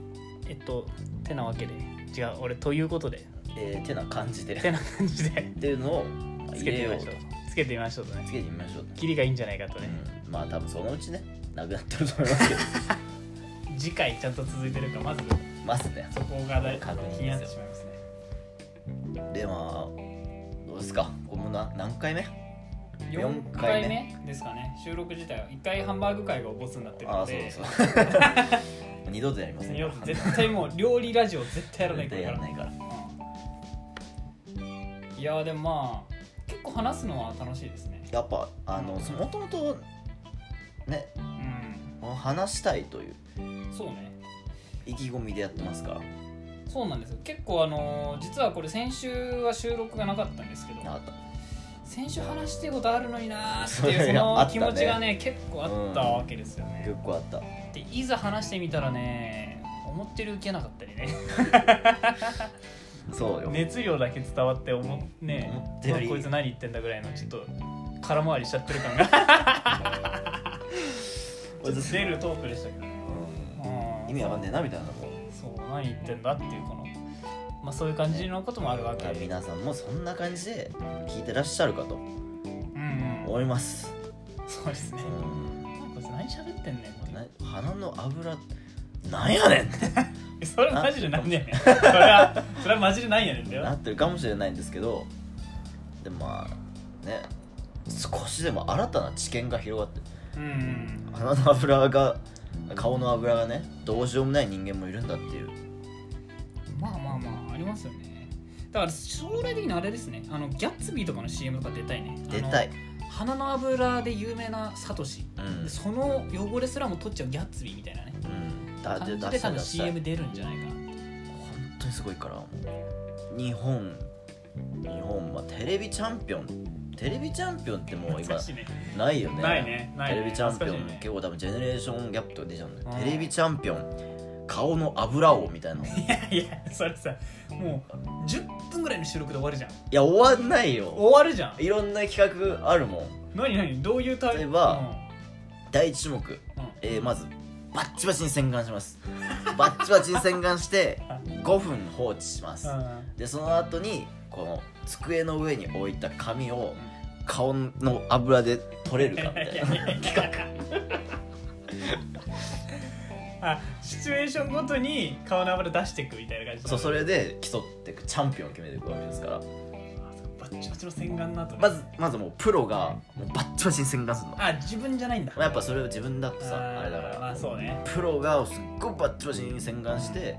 B: えっとてなわけで違う俺ということで
A: えー、てな感じで
B: て
A: っ
B: な感じで
A: ていうのを
B: つ
A: 入
B: け
A: れ
B: て
A: よ
B: み
A: う
B: ま
A: と
B: しょうつけてみましょうとね
A: つけてみましょうと
B: キリがいいんじゃないかとね、
A: うん、まあ多分そのうちねなくなってると思いますけど
B: 次回ちゃんと続いてるかまず
A: まず ね
B: そこがだ
A: 確認ですよ
B: 気になってしまいますね
A: でまあどうですかこれもな何回目四
B: 4
A: 回
B: 回
A: 目
B: 目ですかね収録自体は1回ハンバーグ会が起こすになってる
A: あ
B: の
A: あそう
B: で
A: そう 二度とやりませんから
B: 絶対もう料理ラジオ絶対やらない
A: 絶
B: か
A: 対やら
B: ら
A: ないから
B: うんいやーでもまあ結構話すのは楽しいですね
A: やっぱあのもともとね
B: うん
A: 話したいという
B: そうね
A: 意気込みでやってますから
B: そうなんですよ結構あのー実はこれ先週は収録がなかったんですけど
A: なかった
B: 先週話してることあるのになーっていう
A: そ
B: そ
A: れあ
B: の
A: った
B: 気
A: ね
B: 持ちがね結構あったわけですよね、
A: 結構あった
B: でいざ話してみたらね思ってる受けなかったりね
A: そうよ、
B: 熱量だけ伝わって思っね
A: 思ったより
B: こいつ何言ってんだぐらいのちょっと空回りしちゃってる感が ちょっと出るトークでしたけどね
A: うん
B: うん
A: 意味わかんねえなみたいなの
B: そう何言ってんだっていうこのまあそういう感じのこともあるわけ
A: も皆さんもそんな感じで聞いてらっしゃるかと
B: うんうん
A: 思います、
B: そうですね
A: うん、
B: こいつ何喋ってんねんこ
A: な鼻の油なんやねんって
B: れ それはマジでなんやねんそれはそれはマジでなんやねんだ
A: な
B: よ
A: ってるかもしれないんですけどでもまあね少しでも新たな知見が広がって
B: うんうん
A: 鼻の油が顔の油がねどうしようもない人間もいるんだっていう
B: まあまあまあありますよねだから将来的にあれですねあのギャッツビーとかの CM とか出たいねあの
A: 出たい
B: 鼻の油で有名なサトシ
A: うん、うん
B: で、その汚れすらも取っちゃうギャッツビーみたいなね
A: だ
B: 感じ
A: 出
B: で
A: したい出
B: 多分
A: したい
B: CM 出るんじゃないかな
A: 本当にすごいからもう日本日本はテレビチャンピオンテレビチャンピオンってもう今
B: 懐かしいね
A: ないよね
B: ないねないね
A: テレビチャンピオン、
B: 懐かしいね
A: 結構多分ジェネレーションギャップとか出ちゃうんだよ
B: うん
A: テレビチャンピオン顔の油王みたいない
B: いやそれさもう10分ぐらいの収録で終わるじゃん
A: や終わんないよ
B: 終わるじゃん
A: いろんな企画あるもん
B: 何何どういうタイプ
A: 例えば第一種目
B: うんうん
A: えーまずバッチバチに洗顔します バッチバチに洗顔して5分放置します
B: うん
A: でその後にこの机の上に置いた紙を顔の油で取れるかみたいな
B: あシチュエーションごとに顔の油出していくみたいな感じ
A: そうそれで競っていくチャンピオンを決めていくわけですから
B: あそうバッチバチの洗顔の後ね
A: まずまずもうプロがもうバッチバチに洗顔するのま
B: あ自分じゃないんだ
A: あやっぱそれを自分だとさ
B: ー
A: あれだから
B: まあそうね
A: プロがすっごいバッチバチに洗顔して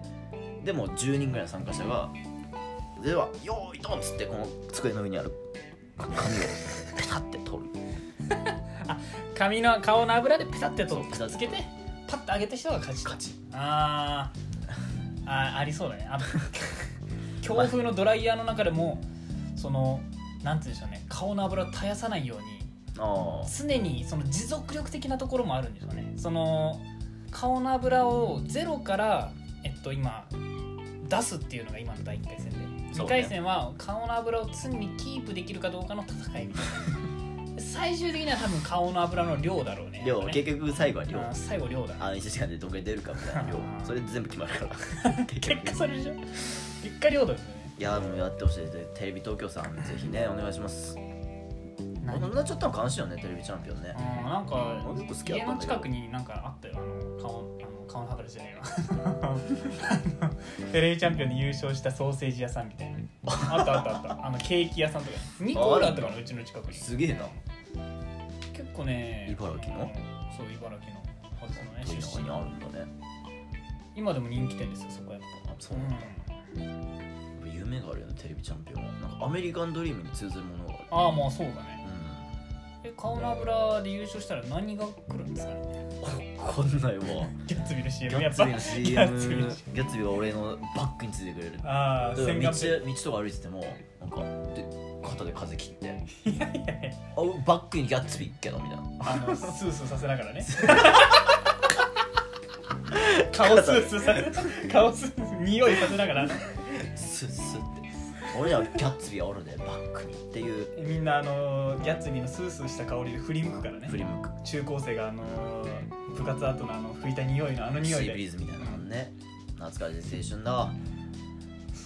A: でも10人ぐらいの参加者が「ではよーいドン!」っつってこの机の上にある紙をペタって取る
B: 髪の顔の油でペタッてとく
A: そう
B: っつけてパッと上げた人が勝ち
A: 勝ち
B: あーあありそうだね あの強風のドライヤーの中でもそのなんて言うんでしょうね顔の油を絶やさないように
A: あ
B: 常にその持続力的なところもあるんでしょうねその顔の油をゼロからえっと今出すっていうのが今の第1回戦で、
A: そうね
B: 2回戦は顔の油を常にキープできるかどうかの戦いみたい な最終的には多分顔の油の量だろうね
A: あ量
B: やっぱね
A: 結局最後は量
B: あー最後量だ
A: あの1時間でどんぐらい出るかみたいな量それで全部決まるから結
B: 結果それでしょ結果量だよね
A: いやもうやってほしいでテレビ東京さんぜひねお願いしますな
B: うん
A: んなっちゃったの悲しいよねテレビチャンピオンね
B: なんか
A: 俺結構好きだっ
B: 家
A: た
B: の
A: んだけど
B: 近くになんかあったよあの顔あの顔の剥がれじゃねえわ あのテレビチャンピオンで優勝したソーセージ屋さんみたいなあったあったあったあのケーキ屋さんとか2個ぐらいあったかなうちの近くに
A: すげえな
B: 結構ね
A: 茨城の
B: うんそう茨城のはずのね
A: そういう
B: 出
A: のに
B: 身
A: あるんだね
B: 今でも人気店ですよそこはやっ
A: あそ
B: ぱ
A: うなんだ
B: うん
A: 夢があるよねテレビチャンピオンはなんかアメリカンドリームに通ずるものがあ
B: ああまあそうだね
A: る
B: え顔の油で優勝したら何が来るんですかね
A: うんわかんないわ
B: ギャッツビーの CM
A: ギャ
B: や
A: ッ
B: っ
A: ツ
B: ぱ
A: ビーの CM ギ
B: ギ
A: ャ
B: ャッツビーの CM
A: ッツビーが俺のバッグについてくれる
B: ああ
A: だから
B: 洗
A: 道
B: 顔ペン
A: 道とか歩いててもなんかで肩で風切って
B: いやいやいや
A: あバッグにギャッツビーっけどみたいな
B: あのスースーさせながら ね顔スースーさせ顔スースー匂いさせながら
A: スッスッて俺らキャッツビーおるでバックにっていう
B: みんなあのギャッツビーのスースーした香りで振り向くからね
A: 振り向く
B: 中高生があの部活後のあの拭いた匂いのあの匂
A: シ
B: い
A: ービ
B: で
A: ーズみたいなもんね懐かしい青春だわ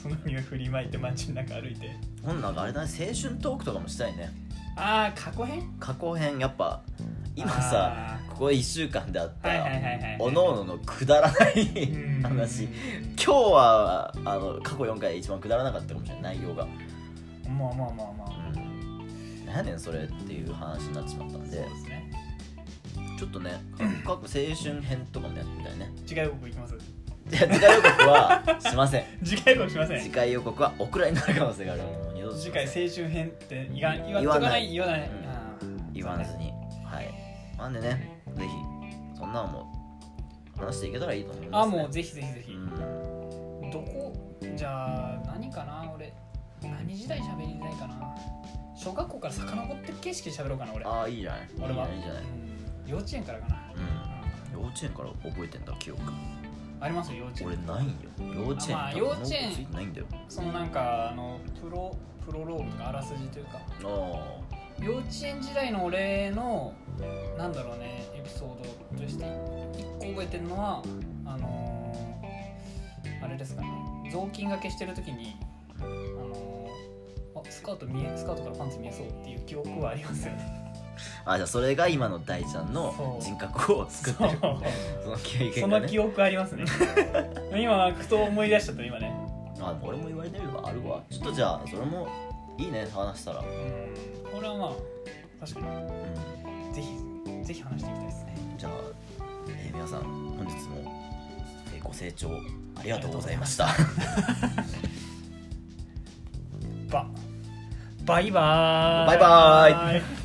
B: その匂い振りまいて街の中歩いて
A: ほんなんかあれだね青春トークとかもしたいね
B: ああ過去編
A: 過去編やっぱ今さ
B: あ
A: ここ1週間であっ
B: ー
A: た
B: はいはいはいはいはい
A: おのおののくだらな
B: う
A: い
B: ん
A: 話今日はあの過去4回で一番くだらなかったかもしれない内容が、
B: まあまあまあまあ
A: うん、何やねんそれっていう話になってしまったん
B: そう
A: で
B: ですね
A: ちょっとね過去青春編とかもやってみたいね
B: 次回予告いきます
A: じゃあ次回予告 はしません
B: 次回予告しませ
A: 次
B: ん
A: 回予告はオクラになる可能性があるもう二度とし
B: 次
A: ませ
B: 回
A: ん
B: 青春編って言わ言わっとかない言わな
A: 言わな
B: い
A: い
B: あー
A: 言わずにはいなんでねぜひそんなのも話していけたらいいと思いま
B: あ
A: す、ね、
B: もうぜひぜひぜひ、
A: うん
B: どこじゃあ何かな俺何時代喋りたいかな小学校から遡って景色で喋ろうかな俺
A: ああいいじゃない
B: 俺はい
A: いじゃないいい
B: うん幼稚園からかな、
A: じゃない、うん、幼稚園から覚えてんだ記憶
B: ありますよ幼稚園
A: 俺ないよ幼稚園
B: あまあ
A: 多分
B: 幼稚園
A: ノートついてないんだよ
B: そのなんかあのプロプロローグとかあらすじというか
A: あ
B: 幼稚園時代の俺のなんだろうねエピソードとして1個覚えてるのはあのーあれですかね雑巾がけしてる時にあのーあスカート見えスカートからパンツ見えそうっていう記憶はありますよね
A: ああじゃあそれが今の大ちゃんの
B: そう
A: 人格を作ってるその経
B: そ
A: 験が
B: の
A: ね
B: 記憶ありますね今ふと思い出しちゃった今ね
A: あでも俺も言われてみればあるわちょっとじゃあそれもいいね話したら、う
B: うんこれはまあ確か
A: ん、
B: にぜひぜひ話していきたいですね
A: じゃあ、えー皆さん本日も、えーご清聴ありがとうございました
B: ばバイバーイ
A: バイバ
B: イ